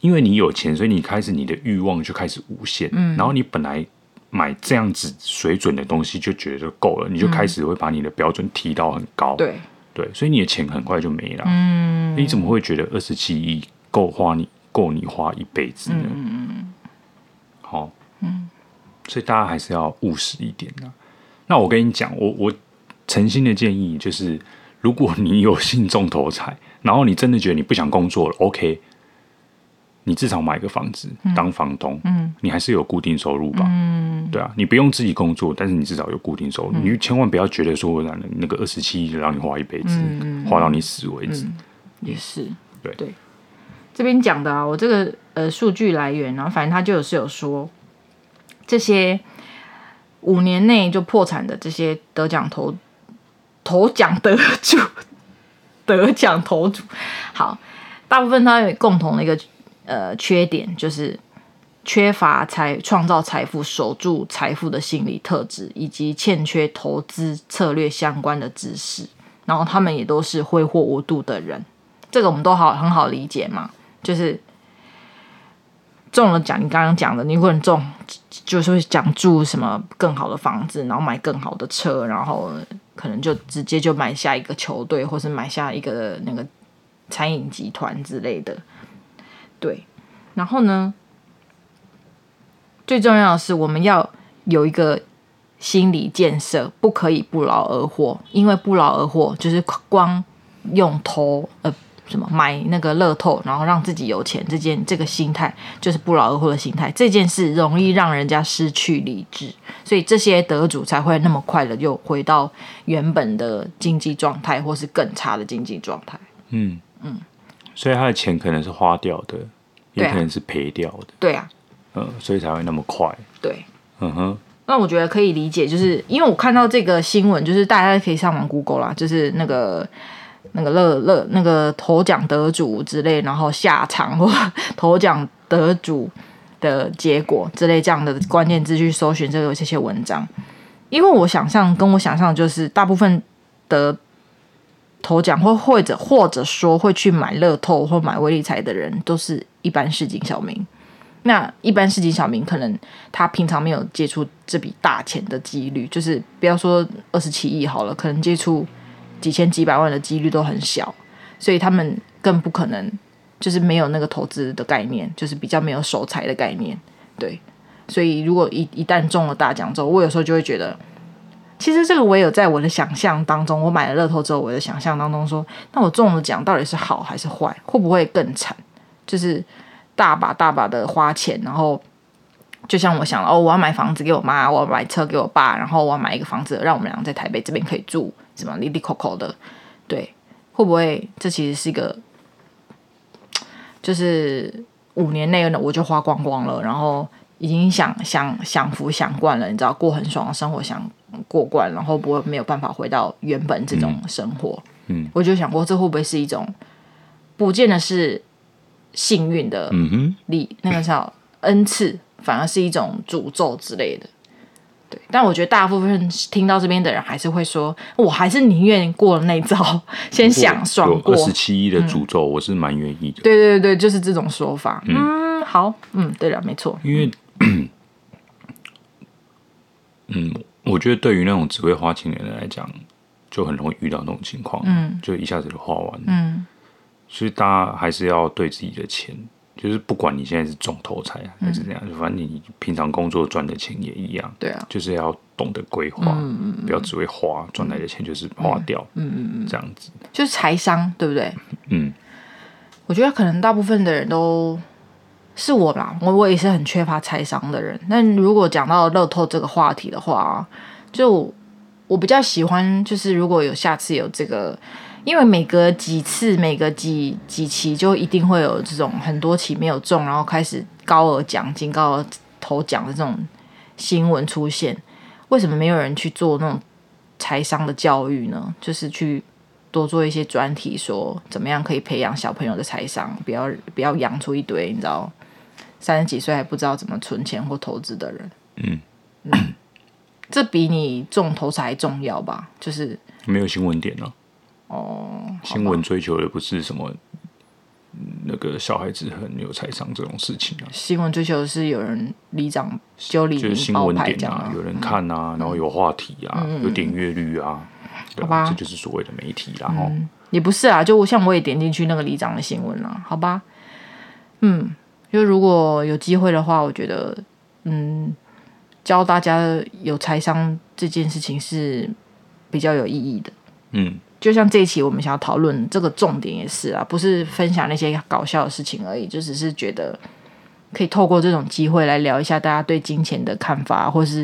A: 因为你有钱，所以你开始你的欲望就开始无限。嗯，然后你本来买这样子水准的东西就觉得就够了，你就开始会把你的标准提到很高。
B: 对，
A: 对，所以你的钱很快就没了。嗯，你怎么会觉得二十七亿够花你够你花一辈子呢？嗯好，嗯，所以大家还是要务实一点啊。那我跟你讲，我我诚心的建议就是，如果你有幸中头彩， 然后你真的觉得你不想工作了，OK，你至少买个房子当房东，嗯，你还是有固定收入吧，嗯，对啊，你不用自己工作，但是你至少有固定收入，
B: 嗯
A: 你千万不要觉得说我让那个二十七亿让你花一辈子，
B: 嗯
A: 花到你死为止，
B: 也是。
A: 对
B: 这边讲的啊，我这个呃数据来源，然后反正他就有是有说，这些五年内就破产的这些得奖投头奖得 主，得奖投主，好，大部分他有共同的一个呃缺点，就是缺乏财创造财富、守住财富的心理特质，以及欠缺投资策略相关的知识。然后他们也都是挥霍无度的人，这个我们都好很好理解嘛，就是中了奖，你刚刚讲的，你如果你中，就是会想住什么更好的房子，然后买更好的车，然后可能就直接就买下一个球队，或是买下一个那个餐饮集团之类的，对，然后呢，最重要的是我们要有一个心理建设，不可以不劳而获，因为不劳而获就是光用投呃什么买那个乐透，然后让自己有钱这件这个心态就是不劳而获的心态，这件事容易让人家失去理智，所以这些得主才会那么快的又回到原本的经济状态，或是更差的经济状态。
A: 嗯嗯，所以他的钱可能是花掉的，也
B: 对啊
A: 可能是赔掉的，
B: 对啊，
A: 嗯，所以才会那么快，
B: 对，
A: 嗯哼，
B: 那我觉得可以理解，就是因为我看到这个新闻，就是大家可以上网 Google 啦，就是那个那个乐乐那个头奖得主之类，然后下场或 头奖得主的结果之类这样的关键字去搜寻这个这些文章，因为我想象跟我想象就是大部分得头奖或或者或者说会去买乐透或买威力彩的人，都是一般市井小民。那一般市井小民可能他平常没有接触这笔大钱的几率，就是不要说二十七亿好了，可能接触几千几百万的几率都很小，所以他们更不可能就是没有那个投资的概念，就是比较没有守财的概念，对。所以如果一一旦中了大奖之后，我有时候就会觉得，其实这个我也有在我的想象当中，我买了乐透之后，我的想象当中说，那我中了奖到底是好还是坏，会不会更惨？就是大把大把的花钱，然后就像我想了，哦，我要买房子给我妈，我要买车给我爸，然后我要买一个房子让我们俩在台北这边可以住，什么里里口口的，对，会不会这其实是一个，就是五年内呢我就花光光了，然后已经享享享福享惯了，你知道过很爽的生活想过惯，然后不会没有办法回到原本这种生活，
A: 嗯，
B: 我就想过这会不会是一种，不见得是幸运的，
A: 嗯哼。
B: 礼那个叫恩赐，反而是一种诅咒之类的。对，但我觉得大部分听到这边的人还是会说，我还是宁愿过了那招，先想爽过嗯
A: 有。二十七亿的诅咒，我是蛮愿意的，
B: 对对对，就是这种说法。嗯，好，嗯，对了，没错，
A: 因为，嗯，我觉得对于那种只会花钱的人来讲，就很容易遇到那种情况，嗯，就一下子就花完了，
B: 嗯，
A: 所以大家还是要对自己的钱，就是不管你现在是中头彩还是怎样，反正你平常工作赚的钱也一样，
B: 对啊，
A: 就是要懂得规划，不要只会花，赚来的钱就是花掉，嗯嗯嗯，这样子，
B: 就是财商，对不对？
A: 嗯，
B: 我觉得可能大部分的人都是我啦，我我也是很缺乏财商的人。但如果讲到乐透这个话题的话，就我我比较喜欢，就是如果有下次有这个，因为每隔几次、每隔几几期就一定会有这种很多期没有中，然后开始高额奖金、高额头奖的这种新闻出现。为什么没有人去做那种财商的教育呢？就是去多做一些专题，说怎么样可以培养小朋友的财商，不要不要养出一堆你知道三十几岁还不知道怎么存钱或投资的人。嗯，这比你中头彩还重要吧？就是
A: 没有新闻点啊。哦，新闻追求的不是什么嗯那个小孩子很有财商这种事情啊，
B: 新闻追求的是有人里长就里
A: 就是
B: 民
A: 新
B: 嗯爆
A: 闻
B: 牌
A: 点
B: 这样
A: 啊，有人看啊，然后有话题啊，有点阅率啊，对
B: 好吧
A: 啊，这就是所谓的媒体啦。哈，
B: 也不是啊，就像我也点进去那个里长的新闻了，好吧？嗯，就如果有机会的话，我觉得，嗯，教大家有财商这件事情是比较有意义的。
A: 嗯，
B: 就像这一期我们想要讨论这个重点也是啊，不是分享那些搞笑的事情而已，就只是觉得可以透过这种机会来聊一下大家对金钱的看法，或是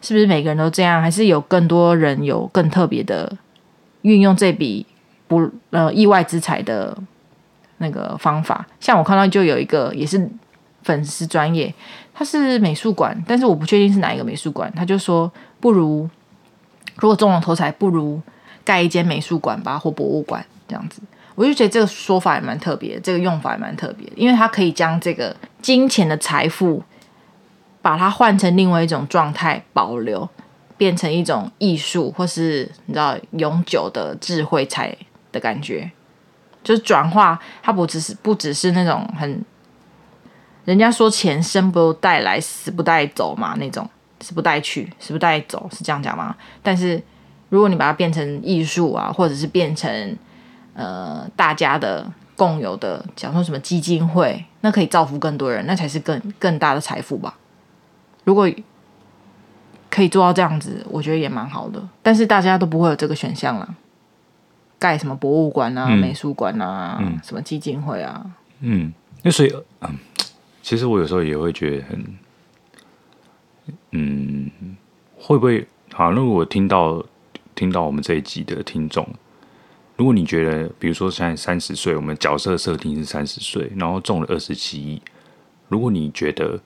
B: 是不是每个人都这样，还是有更多人有更特别的运用这笔不呃意外之财的那个方法。像我看到就有一个也是粉丝专业，他是美术馆，但是我不确定是哪一个美术馆，他就说不如如果中了头彩，不如盖一间美术馆吧或博物馆这样子。我就觉得这个说法也蛮特别，这个用法也蛮特别，因为它可以将这个金钱的财富，把它换成另外一种状态保留，变成一种艺术或是你知道永久的智慧财的感觉，就是转化它不只是不只是那种很，人家说钱生不带来死不带走嘛那种，死不带去死不带走是这样讲吗？但是如果你把它变成艺术啊，或者是变成呃大家的共有的，假如说什么基金会，那可以造福更多人，那才是更更大的财富吧。如果可以做到这样子，我觉得也蛮好的。但是大家都不会有这个选项啦，盖什么博物馆啊、美术馆啊、什么基金会啊，
A: 嗯，那所以，嗯，其实我有时候也会觉得很，嗯，会不会好？那如果听到听到我们这一集的听众，如果你觉得，比如说现在三十岁，我们角色设定是三十岁，然后中了二十七亿，如果你觉得，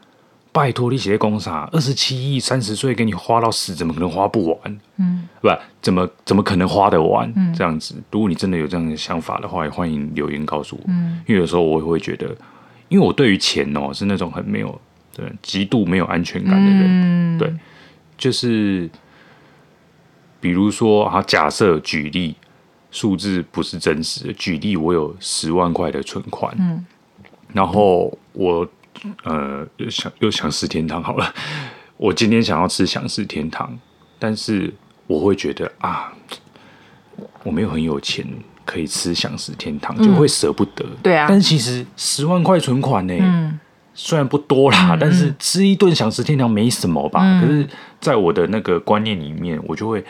A: 拜托你写工啥，二十七亿三十岁给你花到死，怎么可能花不完？嗯，不，怎么怎么可能花得完？这样子，如果你真的有这样的想法的话，也欢迎留言告诉我。嗯，因为有时候我也会觉得，因为我对于钱哦是那种很没有，对，极度没有安全感的人。
B: 嗯，
A: 对就是比如说啊，假设举例，数字不是真实的，举例我有十万块的存款，嗯，然后我呃又想又想吃天堂好了，我今天想要吃想吃天堂，但是我会觉得啊，我没有很有钱。可以吃想食天堂，就会舍不得。
B: 嗯对啊
A: 但是其实十万块存款呢、
B: 嗯
A: 虽然不多啦，但是吃一顿享食天堂没什么吧。
B: 嗯
A: 可是，在我的那个观念里面，我就会，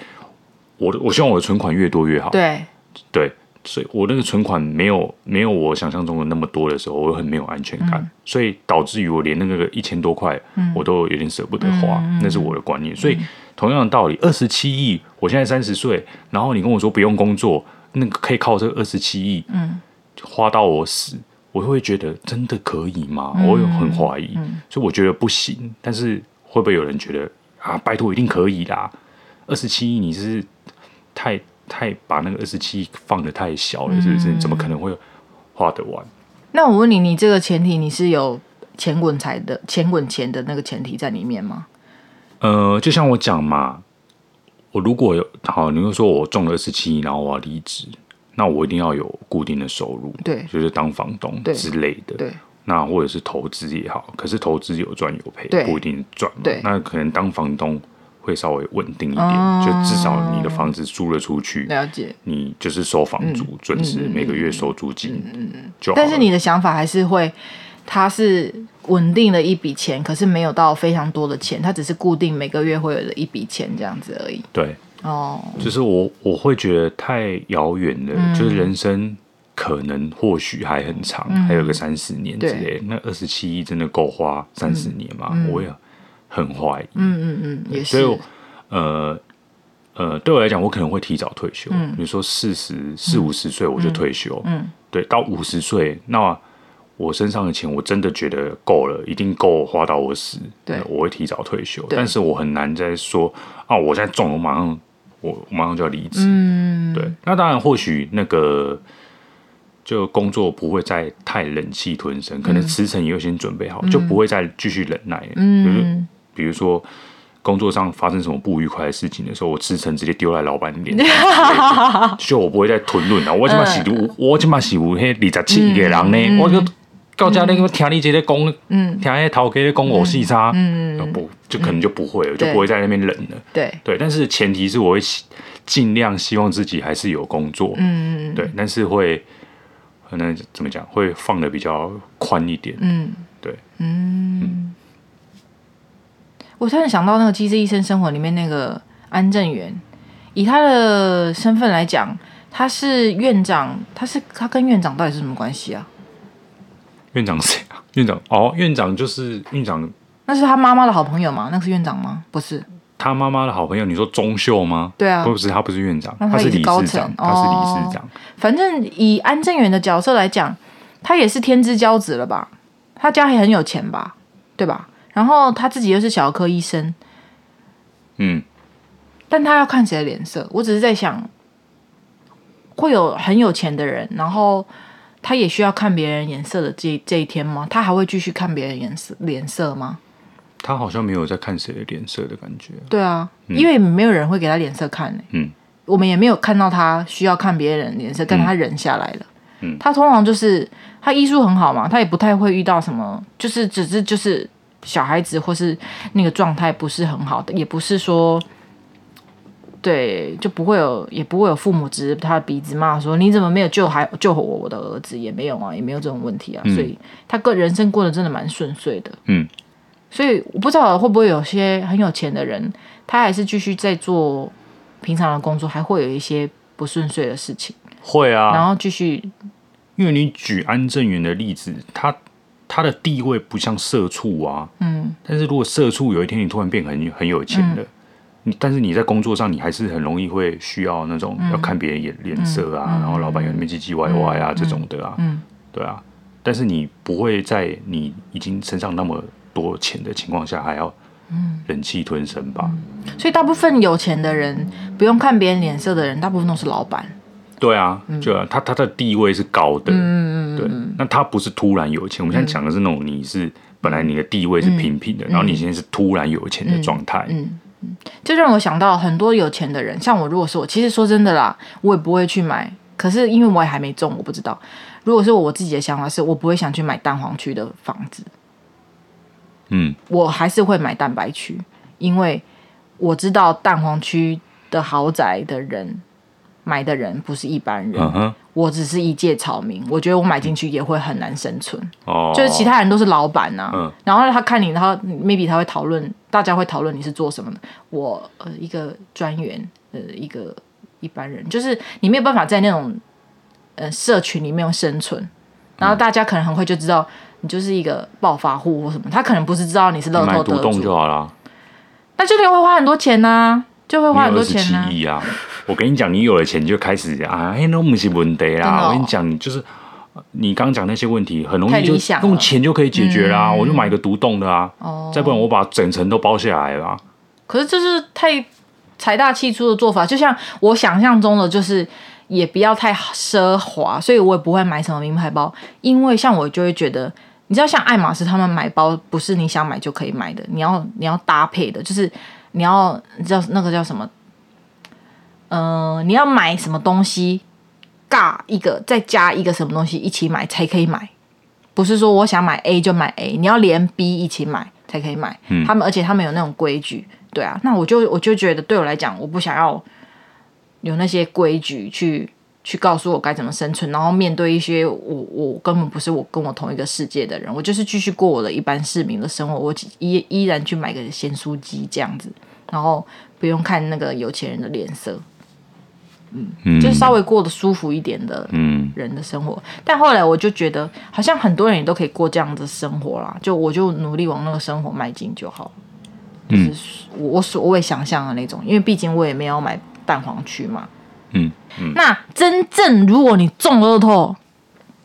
A: 我的我希望我的存款越多越好。
B: 对，
A: 对所以我那个存款没有没有我想象中的那么多的时候，我会很没有安全感，
B: 嗯
A: 所以导致于我连那个一千多块、我都有点舍不得花，
B: 嗯
A: 那是我的观念。所以同样的道理，二十七亿，我现在三十岁，然后你跟我说不用工作，那个可以靠这二十七亿，
B: 嗯
A: 花到我死，我会觉得真的可以吗？我有很怀疑，所以我觉得不行。但是会不会有人觉得啊，拜托一定可以啦？二十七亿你是太太把那个二十七亿放的太小了，是不是？怎么可能会花得完？
B: 那我问你，你这个前提你是有钱滚财的钱滚钱的那个前提在里面吗？
A: 呃，就像我讲嘛，我如果有好，你会说我中了二十七亿，然后我要离职，那我一定要有固定的收入，
B: 对
A: 就是当房东
B: 对
A: 之类的，
B: 对
A: 那或者是投资也好，可是投资有赚有赔
B: 对，
A: 不一定赚嘛
B: 对。
A: 那可能当房东会稍微稳定一点，
B: 哦
A: 就至少你的房子租了出去，
B: 了解。
A: 你就是收房
B: 嗯
A: 租，准时每个月收租金就好了。
B: 但是你的想法还是会，它是稳定的一笔钱，可是没有到非常多的钱，它只是固定每个月会有的一笔钱这样子而已。
A: 对，
B: 哦，
A: 就是我我会觉得太遥远了，就是人生可能或许还很长，还有个三四年之类的。那二十七亿真的够花三四年吗？我也很怀疑。
B: 嗯，也
A: 所
B: 是
A: 以，我，呃呃，对我来讲，我可能会提早退休。
B: 嗯
A: 比如说四十四五十岁我就退休，嗯，对，到五十岁，那我身上的钱我真的觉得够了，一定够花到我死。
B: 对
A: 呃我会提早退休，
B: 对
A: 但是我很难再说啊，我现在中了，我马上我我马上就要离职。
B: 嗯，
A: 对，那当然或许那个。就工作不会再太忍气吞声，可能辞呈也有先准备好，就不会再继续忍耐。
B: 嗯，
A: 比如说工作上发生什么不愉快的事情的时候，我辞呈直接丢在老板脸， 就我不会再吞论了。我起码是有，
B: 嗯
A: 我起码是有迄二十七个人呢，我就到家那个听你这个讲，
B: 嗯
A: 听那头家在讲我是啥，
B: 嗯
A: 那哦不就可能就不会了，就
B: 对
A: 不会在那边忍了。
B: 对，
A: 对，但是前提是我会希尽量希望自己还是有工作，
B: 嗯
A: 对，但是会可能怎么讲，会放的比较宽一点，
B: 嗯
A: 对，
B: 嗯。我突然想到那个《机智医生生活》里面那个安正元，以他的身份来讲，他是院长，他是他跟院长到底是什么关系啊？
A: 院长谁啊？院长哦，院长就是院长
B: 那是他妈妈的好朋友吗？那个是院长吗？不是，
A: 他妈妈的好朋友。你说钟秀吗？
B: 对啊
A: 不是，他不是院长，
B: 那他
A: 他是
B: 也是
A: 理
B: 高
A: 事
B: 层
A: 长，他是理
B: 哦
A: 事长。
B: 反正以安正元的角色来讲，他也是天之骄子了吧？他家也很有钱吧？对吧？然后他自己又是小儿科医生，
A: 嗯，
B: 但他要看谁的脸色。我只是在想，会有很有钱的人，然后他也需要看别人颜色的这这一天吗？他还会继续看别人颜色脸色吗？
A: 他好像没有在看谁的脸色的感觉。
B: 对啊，因为没有人会给他脸色看、欸、
A: 嗯，
B: 我们也没有看到他需要看别人脸色，但他忍下来了。
A: 嗯
B: 他通常就是他医术很好嘛，他也不太会遇到什么，就是只是就是小孩子或是那个状态不是很好的，也不是说。对，就不会有，也不会有父母指着他的鼻子骂说你怎么没有救孩救活我我的儿子，也没有啊，也没有这种问题啊，所以他个人生过得真的蛮顺遂的。
A: 嗯，
B: 所以我不知道会不会有些很有钱的人，他还是继续在做平常的工作，还会有一些不顺遂的事情，
A: 会
B: 然
A: 啊，
B: 后继续
A: 因为你举安正元的例子，他他的地位不像社畜啊。
B: 嗯，
A: 但是如果社畜有一天你突然变很很有钱了。你但是你在工作上，你还是很容易会需要那种
B: 嗯
A: 要看别人眼脸色啊，然后老板有那边唧唧歪歪啊、这种的啊，
B: 嗯
A: 对啊，但是你不会在你已经身上那么多钱的情况下，还要
B: 嗯
A: 忍气吞声吧？
B: 所以大部分有钱的人，不用看别人脸色的人，大部分都是老板，
A: 对啊，
B: 嗯
A: 就啊他他的地位是高的，嗯嗯对，那他不是突然有钱，我们现在讲的是那种你
B: 嗯
A: 是本来你的地位是平平的，然后你现在是突然有钱的状态，
B: 嗯这让我想到很多有钱的人，像我，如果是我，其实说真的啦，我也不会去买。可是因为我也还没中，我不知道。如果是我自己的想法是，我不会想去买蛋黄区的房子，
A: 嗯
B: 我还是会买蛋白区，因为我知道蛋黄区的豪宅的人买的人不是一般人，
A: 嗯哼，
B: 我只是一介草民，我觉得我买进去也会很难生存。
A: 哦，
B: 就是其他人都是老板呐、
A: 嗯
B: 然后他看你，然后 maybe 他会讨论，大家会讨论你是做什么的。我呃一个专员，呃一个一般人，就是你没有办法在那种呃社群里面生存。然
A: 嗯
B: 后大家可能很快就知道你就是一个暴发户或什么，他可能不是知道你是乐
A: 买
B: 透
A: 独
B: 得
A: 栋就
B: 主，
A: 好啦，
B: 那就得会花很多钱呐、就会
A: 你
B: 花很
A: 有
B: 多
A: 二十
B: 钱
A: 七
B: 呐、
A: 亿啊！我跟你讲，你有了钱就开始啊，哎，那不是问题
B: 真的
A: 啦。
B: 哦
A: 我跟你讲，你就是呃你刚讲那些问题，很容
B: 太
A: 易就
B: 理想了嗯
A: 用钱就可以解决啦。我就买一个独栋的啊，
B: 哦
A: 再不然我把整层都包下来啦。
B: 可是这是太财大气粗的做法，就像我想象中的，就是也不要太奢华，所以我也不会买什么名牌包，因为像我就会觉得，你知道，像爱马仕他们买包不是你想买就可以买的，你要你要搭配的，就是你要你知道那个叫什么，呃，你要买什么东西，尬一个再加一个什么东西一起买才可以买。不是说我想买 A 就买 A，你要连 B 一起买才可以买。他们而且他们有那种规矩，对啊。那我就我就觉得对我来讲，我不想要有那些规矩去去告诉我该怎么生存，然后面对一些我我根本不是我跟我同一个世界的人，我就是继续过我的一般市民的生活，我依依然去买个咸酥鸡这样子，然后不用看那个有钱人的脸色。
A: 嗯，
B: 就是稍微过得舒服一点的
A: 嗯
B: 人的生活。但后来我就觉得，好像很多人也都可以过这样子生活啦，就我就努力往那个生活迈进就好了。
A: 嗯
B: 就是我我所谓想象的那种，因为毕竟我也没有买蛋黄区嘛。
A: 嗯
B: 那真正如果你中了乐透，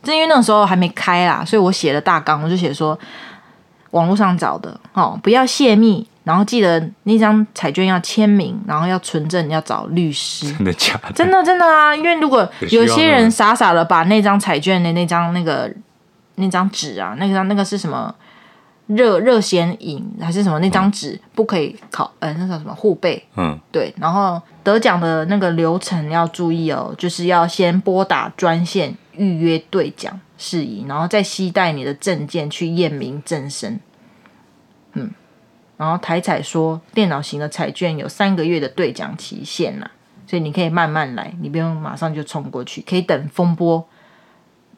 B: 正因为那时候还没开啦，所以我写了大纲，我就写说网络上找的哦，不要泄密，然后记得那张彩券要签名，然后要存证，要找律师。
A: 真的假的？
B: 真的真的啊，因为如果
A: 有需要
B: 有些人
A: 吗
B: 傻傻的把那张彩券的那张那个那张纸啊，那张那个是什么热热显影还是什么那张纸不可以考，呃，那叫什么护背，
A: 嗯，
B: 对，然后得奖的那个流程要注意哦，就是要先拨打专线预约兑奖事宜，然后再携带你的证件去验明正身。嗯，然后台彩说，电脑型的彩券有三个月的兑奖期限啦、所以你可以慢慢来，你不用马上就冲过去，可以等风波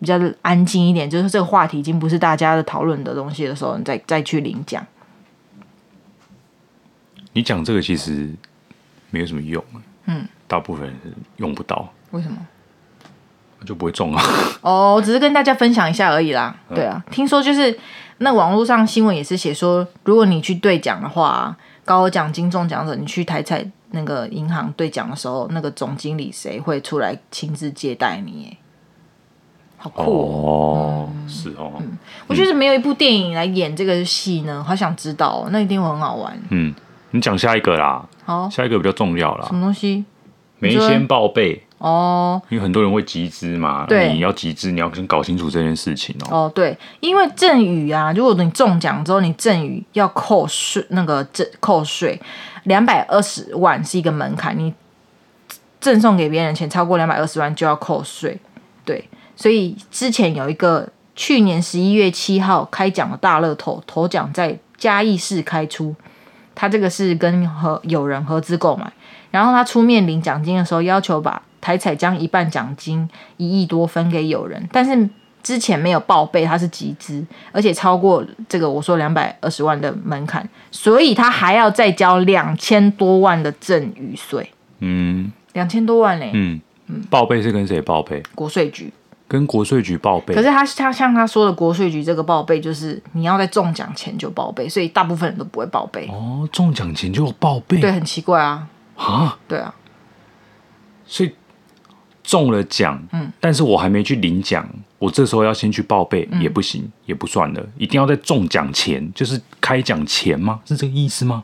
B: 比较安静一点，就是这个话题已经不是大家的讨论的东西的时候，你再再去领奖。
A: 你讲这个其实没有什么用，嗯，大部分人用不到，
B: 为什么？
A: 就不会中啊。
B: 哦，我只是跟大家分享一下而已啦。对啊，听说就是那网络上新闻也是写说，如果你去兑奖的话，高额奖金中奖者，你去台彩那个银行兑奖的时候，那个总经理谁会出来亲自接待你耶？好酷、嗯哦！
A: 哦，是哦，
B: 我觉得没有一部电影来演这个戏呢，好想知道、哦，那一定会很好玩。
A: 嗯，你讲下一个啦，
B: 好，
A: 下一个比较重要
B: 什
A: 啦，
B: 么东西？
A: 没
B: 说
A: 先报备。
B: 哦
A: 因为很多人会集资嘛，
B: 对
A: 你要集资，你要先搞清楚这件事情哦。
B: 哦，对，因为赠与啊，如果你中奖之后，你赠与要扣税，那个赠扣税两百二十万是一个门槛，你赠送给别人的钱超过两百二十万就要扣税。对，所以之前有一个去年十一月七号开奖的大乐透，头奖在嘉义市开出，他这个是跟和友人合资购买，然后他出面领奖金的时候，要求把台彩将一半奖金一亿多分给友人，但是之前没有报备他是集资，而且超过这个我说两百二十万的门槛，所以他还要再交两千多万的赠与税，
A: 嗯
B: 两千多万嘞、
A: 嗯，报备是跟谁报备？
B: 国税局。
A: 跟国税局报备
B: 可。是他他像他说的，国税局这个报备就是你要在中奖前就报备，所以大部分人都不会报备，
A: 哦，中奖前就有报备。
B: 对，很奇怪啊，
A: 啊，
B: 对啊，
A: 所以中了奖，
B: 嗯，
A: 但是我还没去领奖，我这时候要先去报备、
B: 嗯
A: 也不行，也不算了，一定要在中奖前，就是开奖前吗？是这个意思吗？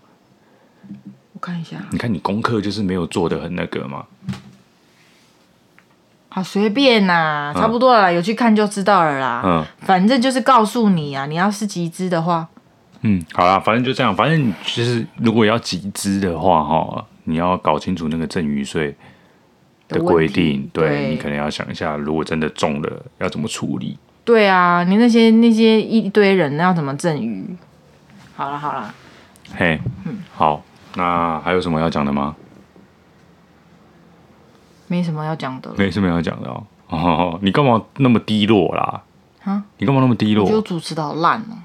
B: 我看一下，
A: 你看你功课就是没有做的很那个嘛，
B: 好啊随便呐、差不多了啦，有去看就知道了啦，
A: 嗯
B: 反正就是告诉你啊，你要是集资的话，
A: 嗯，好啦，反正就这样，反正你就是如果要集资的话，哈，你要搞清楚那个赠与税的
B: 的问
A: 规
B: 题
A: 定，对
B: 对
A: 你可能要想一下，如果真的中了要怎么处理。
B: 对啊，你那些那些一堆人要怎么赠予？好了好了，
A: 嘿，
B: 嗯
A: 好，那还有什么要讲的吗？
B: 没什么要讲的了，
A: 没什么要讲的哦。哦，你干嘛那么低落啦？
B: 啊，
A: 你干嘛那么低
B: 我觉得我
A: 落？
B: 主持的好烂哦、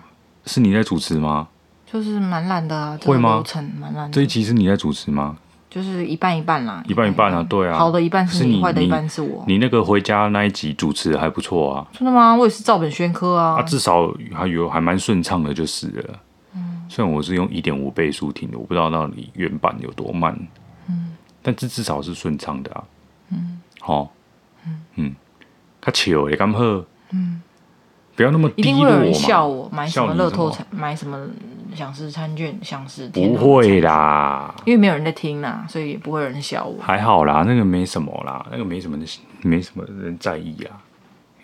A: 是你在主持吗？
B: 就是蛮烂的啊，
A: 会吗
B: 这个流程蛮烂
A: 这
B: 的
A: 一，期是你在主持吗？
B: 就是一半一半啦，
A: 一半一半啊，对啊。
B: 嗯好的一半
A: 是
B: 是你，坏的一
A: 你
B: 半是我。
A: 你那个回家那一集主持得还不错啊，
B: 真的吗？我也是照本宣科啊。
A: 啊，至少还有还蛮顺畅的，就是了。
B: 嗯
A: 虽然我是用一点五倍速听的，我不知道那里原版有多慢，
B: 嗯
A: 但这至少是顺畅的啊。好，嗯，他糗也刚喝，不要那么
B: 嗯一
A: 低
B: 定
A: 落
B: 会
A: 嘛。
B: 有人笑我买什
A: 笑
B: 么
A: 你
B: 乐
A: 什
B: 透
A: 么
B: 彩，买什么想是餐券，想是
A: 不，会啦，
B: 因为没有人在听啦，所以也不会有人笑我。
A: 还好啦，那个没什么啦，那个没什么人，没什么人在意啊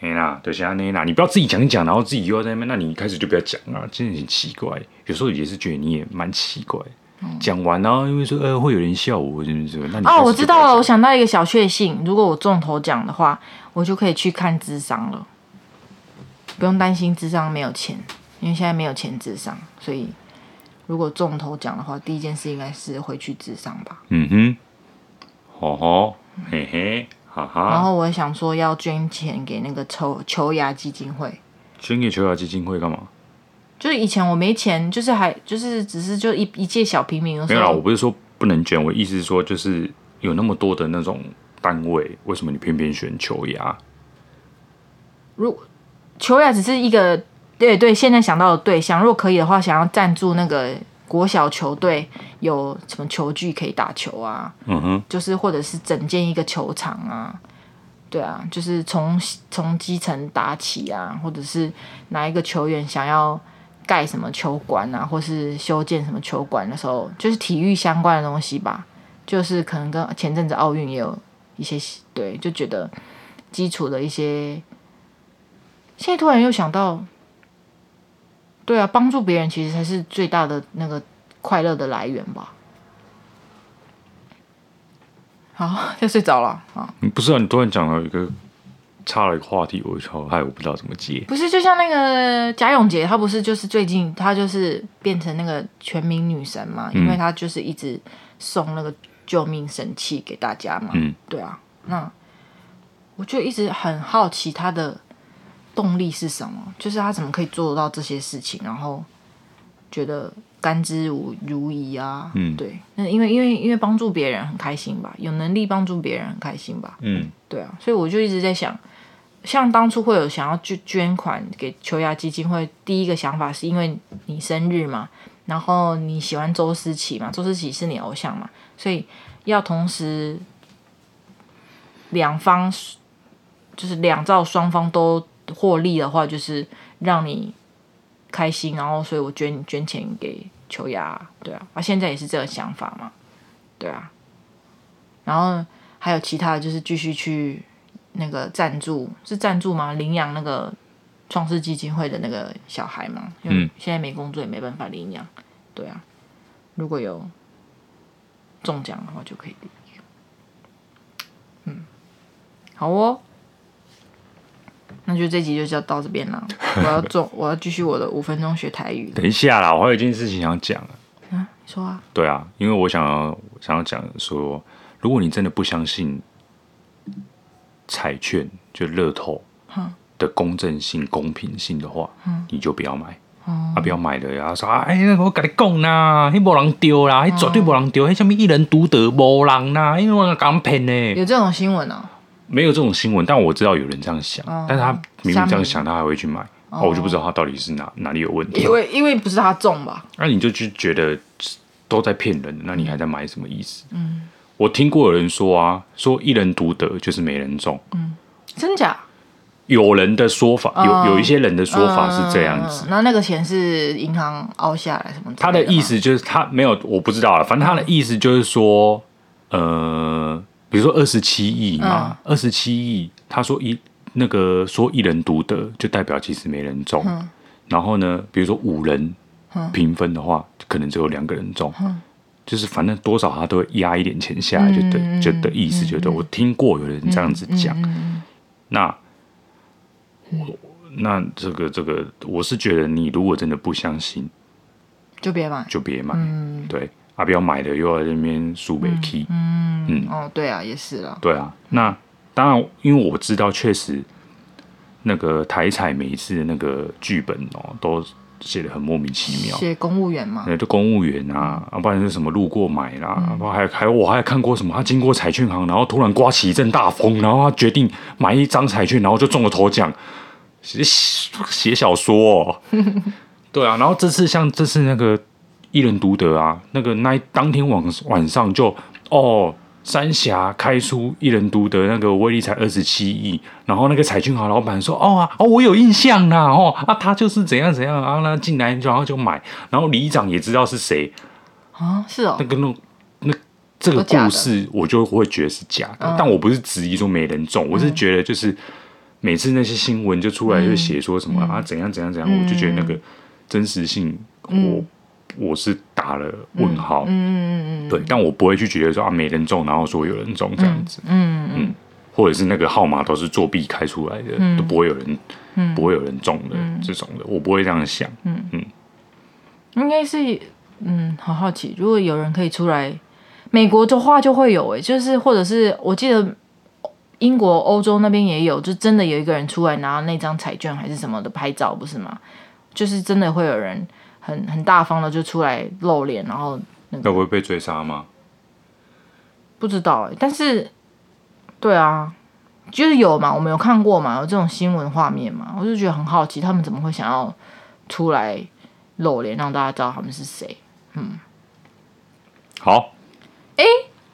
A: 哎啦。嘿啦，对，像那啦，你不要自己讲一讲，然后自己又要在那边，那你一开始就不要讲啊，真的很奇怪。有时候也是觉得你也蛮奇怪，讲、完然后因为说呃会有人笑我，真的是。那你开始就
B: 嗯哦，
A: 不要
B: 我知道了，
A: 讲
B: 我想到一个小确幸，如果我中头奖的话，我就可以去看智商了，不用担心智商没有钱，因为现在没有钱智商，所以如果中头奖的话，第一件事应该是回去智商吧。
A: 嗯哼，吼吼，嘿嘿，哈
B: 然
A: 哈，
B: 后我也想说要捐钱给那个抽球牙基金会，
A: 捐给球雅基金会干嘛？
B: 就是以前我没钱，就是还就是只是就一一介小平民的
A: 没
B: 时
A: 有啦，我
B: 候，
A: 不是说不能捐，我意思是说就是有那么多的那种单位，为什么你偏偏选球牙？
B: 如球雅只是一个对对，现在想到的对象，如果可以的话，想要赞助那个国小球队有什么球具可以打球啊，
A: 嗯哼，
B: 就是或者是整建一个球场啊，对啊，就是从从基层打起啊，或者是哪一个球员想要盖什么球馆啊，或是修建什么球馆的时候，就是体育相关的东西吧，就是可能跟前阵子奥运也有一些对，就觉得基础的一些，现在突然又想到，对啊，帮助别人其实才是最大的那个快乐的来源吧。好，要睡着了啊。
A: 你不是啊？你突然讲到一个插了一个话题，我操，害我不知道怎么接。
B: 不是，就像那个贾永杰，她不是就是最近她就是变成那个全民女神嘛，
A: 嗯
B: 因为她就是一直送那个救命神器给大家嘛。
A: 嗯，
B: 对啊，那我就一直很好奇她的动力是什么，就是她怎么可以做到这些事情，然后觉得甘之如如饴啊。
A: 嗯
B: 对，那因为因为因为帮助别人很开心吧，有能力帮助别人很开心吧。
A: 嗯，
B: 对啊，所以我就一直在想，像当初会有想要去捐款给球牙基金会，第一个想法是因为你生日嘛，然后你喜欢周思琪嘛，周思琪是你偶像嘛，所以要同时两方就是两造双方都获利的话，就是让你开心，然后所以我捐捐钱给球牙，对啊，啊现在也是这个想法嘛，对啊，然后。还有其他的就是继续去那个赞助，是赞助吗？领养那个创世基金会的那个小孩嘛，因为
A: 嗯
B: 现在没工作也没办法领养，对啊，如果有中奖的话就可以领养，嗯，好哦。那就这集就叫到这边了。我要做，我要继续我的五分钟学台语了。
A: 等一下啦，我还有一件事情想讲啊。
B: 啊，你说啊，
A: 对啊，因为我想要想要讲说，如果你真的不相信彩券就乐透的公正性、公平性的话，你就不要买。啊，不要买了呀！说哎，那个我跟你讲啦，迄无人丢啦，迄绝对无人丢，迄什么一人独得无人啦，因为我讲骗呢，
B: 有这种新闻哦。
A: 没有这种新闻。但我知道有人这样想，但是他明明这
B: 虾
A: 样
B: 米
A: 想，他还会去买，哦，我就不知道他到底是哪哪里有问题。
B: 因为因为不是他中吧？
A: 那、你就去觉得都在骗人，那你还在买什么意思？嗯，我听过有人说啊，说一人独得就是没人中，
B: 真假？
A: 有人的说法，有有一些人的说法啊是这样子。
B: 哦嗯那那个钱是银行凹下来什么之类吗？
A: 他的意思就是他没有，我不知道啊，反正他的意思就是说，呃，比如说二十七亿嘛，二十七亿，他说一那个说一人独得，就代表其实没人中。然后呢，比如说五人平分的话，可能只有两个人中。就是反正多少他都会压一点钱下来，就对，就的意思就对。我听过有人这样子讲，那我那这个这个，我是觉得你如果真的不相信，
B: 就别买。
A: 就别买。对，啊，不要买的又在那边输北 key。嗯
B: 哦，对啊，也是啦。
A: 对啊，那当然，因为我知道确实那个台彩每一次的那个剧本哦，都写的很莫名其妙。嗯
B: 写公务员嘛，
A: 那就公务员啊，啊，不然是什么路过买啦，啊然后还有还有我还看过什么，他啊经过彩券行，然后突然刮起一阵大风，然后他决定买一张彩券，然后就中了头奖，写写小说、哦，对啊，然后这次像这次那个一人独得啊，那个那一当天晚晚上就哦。三峡开出一人独得那个威力才二十七亿，然后那个彩券行老板说：“哦啊，哦我有印象啦，哦啊他就是怎样怎样啊，那进来然后就买，然后里长也知道是谁，
B: 啊，是哦
A: 那，个那种那这个
B: 都假的
A: 故事，我就会觉得是假的。但我不是质疑说没人中，我是觉得就是每次那些新闻就出来就写说什么、啊怎样怎样怎样，我就觉得那个真实性，我我是打了问号。嗯嗯嗯，对，但我不会去觉得说啊没人中，然后说有人中这样子。嗯嗯。或者是那个号码都是作弊开出来的，都不会有人，不会有人中的、这种的，我不会这样想。
B: 应该是，嗯，好好奇，如果有人可以出来，美国的话就会有诶、就是或者是我记得英国、欧洲那边也有，就真的有一个人出来拿那张彩券还是什么的拍照，不是吗？就是真的会有人很很大方的就出来露脸，然后
A: 嗯那会被追杀吗？
B: 欸不知道哎、但是对啊，就是有嘛，我们有看过嘛，有这种新闻画面嘛，我就觉得很好奇，他们怎么会想要出来露脸让大家知道他们是谁？
A: 好，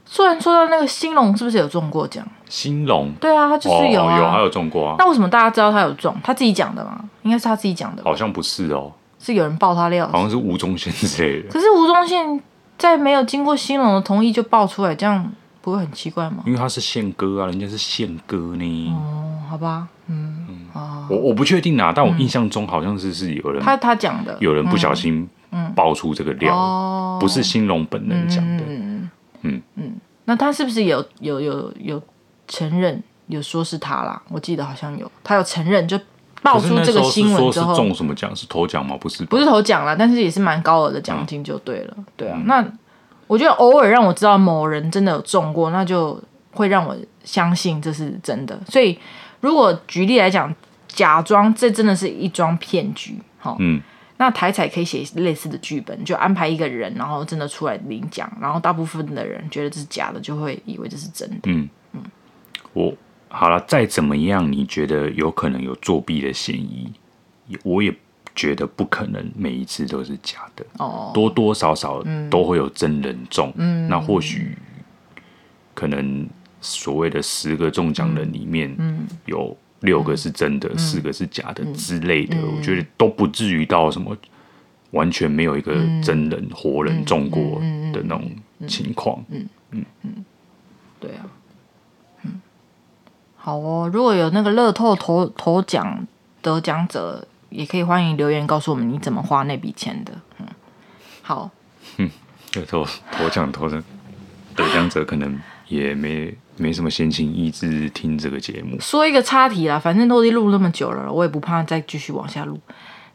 B: 虽然说到那个兴隆是不是有中过奖？
A: 兴隆
B: 对啊，他就是有
A: 哦
B: 啊。
A: 有还有中过啊，
B: 那为什么大家知道他有中？他自己讲的嘛，应该是他自己讲的吧，
A: 好像不是哦，
B: 是有人爆他料的。
A: 好像是吴宗宪之类的，
B: 可是吴宗宪在没有经过兴隆的同意就爆出来，这样不会很奇怪吗？
A: 因为他是宪哥啊，人家是宪哥呢。
B: 哦，好吧，嗯，哦，
A: 我我不确定啊，但我印象中好像是是有人
B: 嗯他他讲的嗯
A: 有人不小心爆出这个料，
B: 哦，
A: 不是兴隆本人讲的。
B: 嗯
A: 嗯
B: 嗯，那他是不是有有有有承认有说是他啦？我记得好像有，他有承认就爆
A: 可是
B: 出
A: 那时
B: 这个
A: 候是
B: 新闻
A: 说
B: 之
A: 是
B: 后，
A: 中什么奖？是头奖吗？不是吧，
B: 不是头奖啦，但是也是蛮高额的奖金就对了。对啊，那我觉得偶尔让我知道某人真的有中过，那就会让我相信这是真的。所以如果举例来讲，假装这真的是一桩骗局，好、
A: 嗯，
B: 那台彩可以写类似的剧本，就安排一个人，然后真的出来领奖，然后大部分的人觉得这是假的，就会以为这是真的。
A: 我好了，再怎么样，你觉得有可能有作弊的嫌疑？我也觉得不可能每一次都是假的，
B: 哦，
A: 多多少少都会有真人中。嗯，那或许可能所谓的十个中奖人里面，有六个是真的，四个是假的之类的，我觉得都不至于到什么完全没有一个真人活人中过的那种情况。
B: 对啊，嗯，嗯好哦。如果有那个乐透头头奖得奖者，也可以欢迎留言告诉我们你怎么花那笔钱的。嗯，好，
A: 对头头奖头奖得奖者可能也没没什么闲情逸致听这个节目。
B: 说一个插题啦，反正落地录那么久了，我也不怕再继续往下录。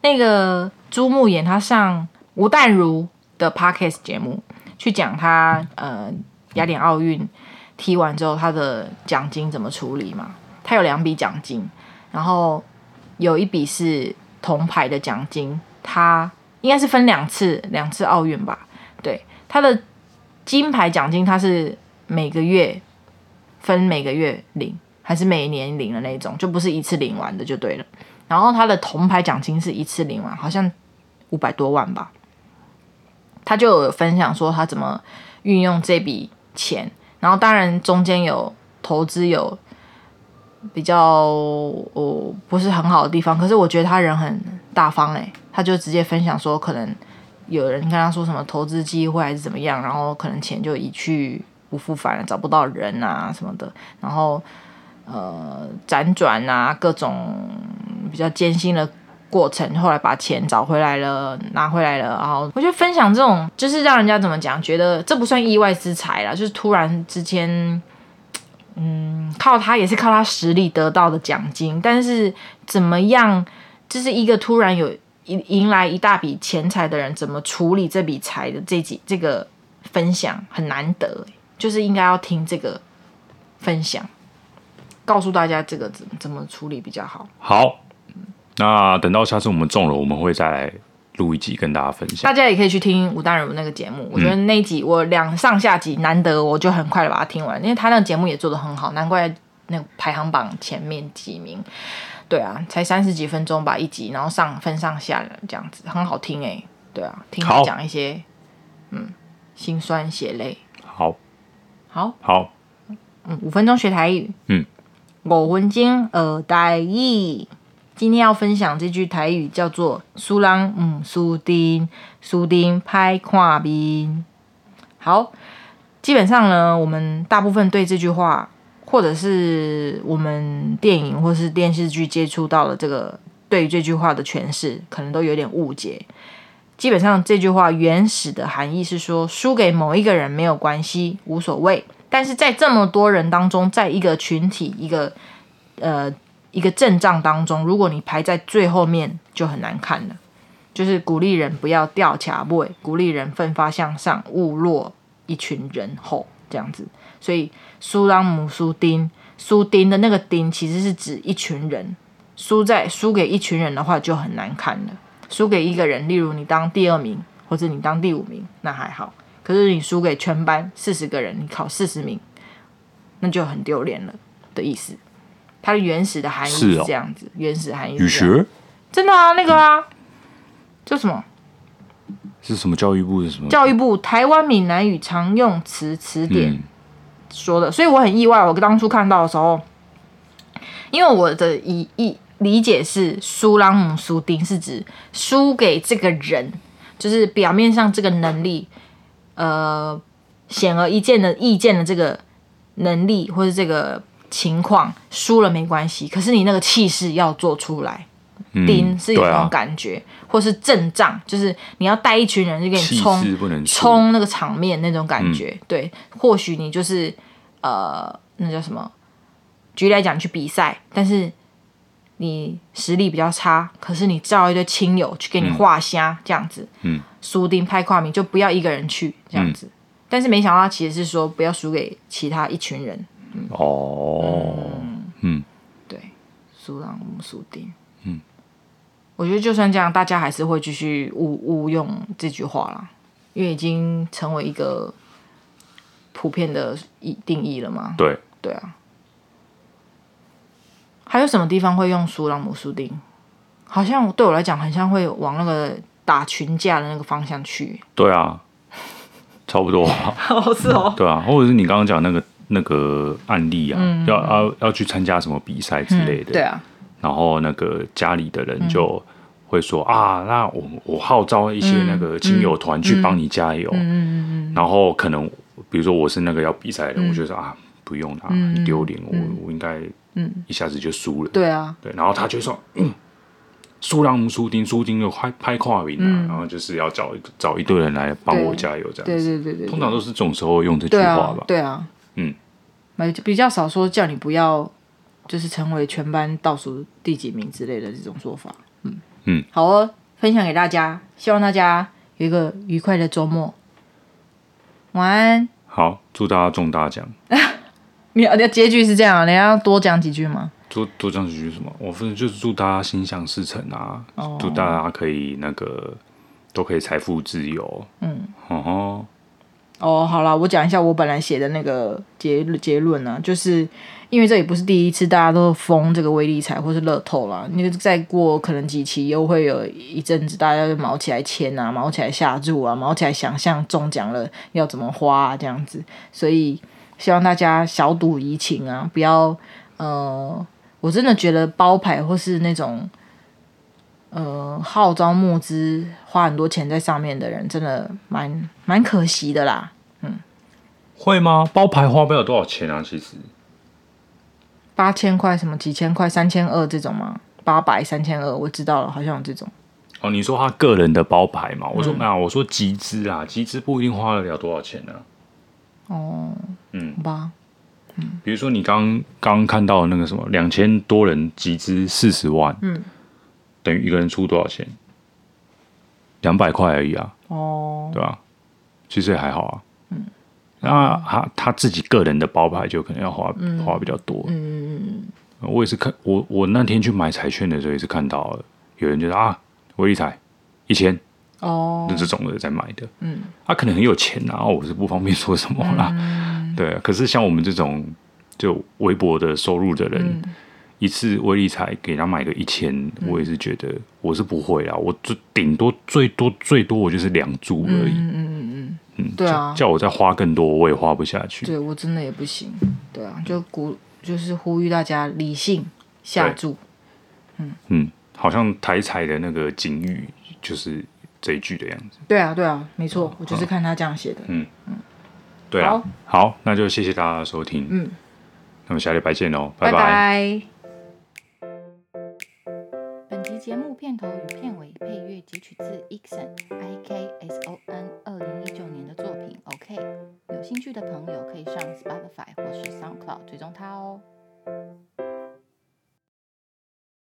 B: 那个朱木炎他上吴淡如的 podcast 节目去讲他呃雅典奥运踢完之后他的奖金怎么处理嘛？他有两笔奖金，然后有一笔是铜牌的奖金，他应该是分两次两次奥运吧？对，他的金牌奖金他是每个月分每个月领，还是每年领的那种，就不是一次领完的就对了。然后他的铜牌奖金是一次领完，好像五百多万吧。他就有分享说他怎么运用这笔钱，然后当然中间有投资有比较哦不是很好的地方，可是我觉得他人很大方诶、他就直接分享说可能有人跟他说什么投资机会还啊是怎么样，然后可能钱就一去不复返了，找不到人啊什么的，然后呃辗转啊各种比较艰辛的过程，后来把钱找回来了，拿回来了，然后我觉得分享这种就是让人家怎么讲，觉得这不算意外之财啦，就是突然之间，嗯，靠他也是靠他实力得到的奖金，但是怎么样，这是一个突然有迎迎来一大笔钱财的人，怎么处理这笔财的这几这个分享很难得、就是应该要听这个分享。告诉大家这个怎怎么处理比较好。
A: 好，那等到下次我们中了，我们会再来录一集跟大家分享。
B: 大家也可以去听吴淡如那个节目，我觉得那一集我两上下集难得，我就很快的把它听完，因为他那个节目也做得很好，难怪那个排行榜前面几名。对啊，才三十几分钟吧一集，然后上分上下这样子，很好听哎、对啊，听他
A: 好
B: 讲一些嗯心酸血泪。
A: 好
B: 好，
A: 好，
B: 嗯，五分钟学台语。
A: 嗯，
B: 五分钟学台语。今天要分享这句台语叫做“输人唔输阵，输阵歹看面”。好，基本上呢，我们大部分对这句话，或者是我们电影或是电视剧接触到的这个对于这句话的诠释，可能都有点误解。基本上这句话原始的含义是说，输给某一个人没有关系，无所谓。但是在这么多人当中，在一个群体、一个呃一个阵仗当中，如果你排在最后面，就很难看了。就是鼓励人不要掉卡位，鼓励人奋发向上，勿落一群人后这样子。所以苏朗姆苏丁苏丁的那个丁其实是指一群人，输在输给一群人的话就很难看了。输给一个人，例如你当第二名或者你当第五名，那还好。可是你输给全班四十个人，你考四十名，那就很丢脸了。的意思，它的原始的含义
A: 是
B: 是
A: 哦
B: 这样子，原始含义
A: 语
B: 是这样
A: 学
B: 真的啊，那个啊，叫什么？
A: 是什么教育部的什么？
B: 教育部《台湾闽南语常用词词典》
A: 嗯
B: 说的，所以我很意外，我当初看到的时候，因为我的意意理解是苏朗姆苏丁是指输给这个人，就是表面上这个能力，呃，显而易见的意见的这个能力或是这个情况输了没关系，可是你那个气势要做出来。
A: 嗯
B: 丁是有
A: 对
B: 那种
A: 啊，
B: 感觉，或是阵仗，就是你要带一群人去给
A: 气
B: 你
A: 势嗯
B: 冲，
A: 不能输
B: 冲那个场面那种感觉。对，或许你就是呃，那叫什么？举例来讲，你去比赛，但是你实力比较差，可是你叫一堆亲友去给你画虾、这样子，
A: 嗯，
B: 输丁拍胯米就不要一个人去这样子。但是没想到他其实是说不要输给其他一群人，
A: 哦，嗯，
B: 对，苏朗姆苏丁。嗯，我觉得就算这样，大家还是会继续误误用这句话啦，因为已经成为一个普遍的一定义了嘛。
A: 对，
B: 对啊。还有什么地方会用苏朗姆苏丁？好像对我来讲，很像会往那个打群架的那个方向去。
A: 对啊，差不多啊，
B: 哦，是哦。
A: 对啊，或者是你刚刚讲那个那个案例啊，要要要去参加什么比赛之类的，
B: 嗯对啊，
A: 然后那个家里的
B: 嗯
A: 人就会说、啊，那我我号召一些那
B: 嗯
A: 个亲友团去帮你加油，然后可能比如说我是那个要比赛的，
B: 嗯
A: 我就说啊，不用啦，很丢脸，我我应该一下子就输了，
B: 嗯对啊，
A: 对，然后他就说，嗯，苏朗姆苏丁，苏丁又拍拍跨名啊，然后就是要找一个找一堆人来帮我
B: 嗯对
A: 加油这样
B: 对
A: 子。
B: 对对对
A: 通常都是这种时候用这句
B: 对
A: 话
B: 啊
A: 吧，，
B: 对啊，
A: 嗯，
B: 没比较少说叫你不要，就是成为全班倒数第几名之类的这种说法。嗯
A: 嗯，
B: 好哦，分享给大家，希望大家有一个愉快的周末。晚安。
A: 好，祝大家中大奖。
B: 你要你要结局是这样啊，你要多讲几句吗？
A: 多多讲几句什么？我反正就是祝大家心想事成啊，祝大家可以那个都可以财富自由。嗯，哦，
B: 哦，好啦，我讲一下我本来写的那个结结论呢、啊，就是因为这也不是第一次大家都疯这个威力彩或是乐透啦，那个再过可能几期又会有一阵子大家就毛起来签啊，毛起来下注啊，毛起来想象中奖了要怎么花啊这样子，所以希望大家小赌怡情啊，不要呃，我真的觉得包牌或是那种。呃，号召募资花很多钱在上面的人，真的蛮蛮可惜的啦。
A: 会吗？包牌花不了多少钱啊，其实
B: 八千块、什么几千块、三千二这种吗？八百、三千二，我知道了，好像有这种。
A: 哦，你说他个人的包牌嘛？我说没有、我说集资啊，集资不一定花得了多少钱呢、啊
B: 哦，
A: 嗯
B: 好吧，
A: 比如说你刚刚看到的那个什么，两千多人集资四十万，
B: 嗯，
A: 等于一个人出多少钱？两百块而已啊。
B: 哦，
A: 对吧、其实也还好啊。嗯，那他他自己个人的包牌就可能要花、花比较多。嗯我也是看我我那天去买彩券的时候也是看到了有人就说啊，威力彩一千，
B: 哦
A: 那，这种的在买的。嗯，他、可能很有钱啊，我是不方便说什么啦。 对啊，可是像我们这种就微薄的收入的人。一次威力彩给他买个一千、我也是觉得我是不会啊，我最顶多最多最多我就是两注而已，
B: 对啊，
A: 叫我再花更多，我也花不下去。
B: 对我真的也不行。对啊，就鼓就是呼吁大家理性下注。
A: 嗯，好像台彩的那个警语就是这一句的样子。
B: 对啊，对啊，没错，我就是看他这样写的。
A: 嗯对啊，好，那就谢谢大家的收听。
B: 嗯，
A: 那么下礼拜见喽，
B: 拜
A: 拜拜
B: 拜。本集节目片头与片尾配乐截取自 Ixon I K S O N 二零一九年的作品 OK。有兴趣的朋友可以上 Spotify 或是 SoundCloud 追踪它哦。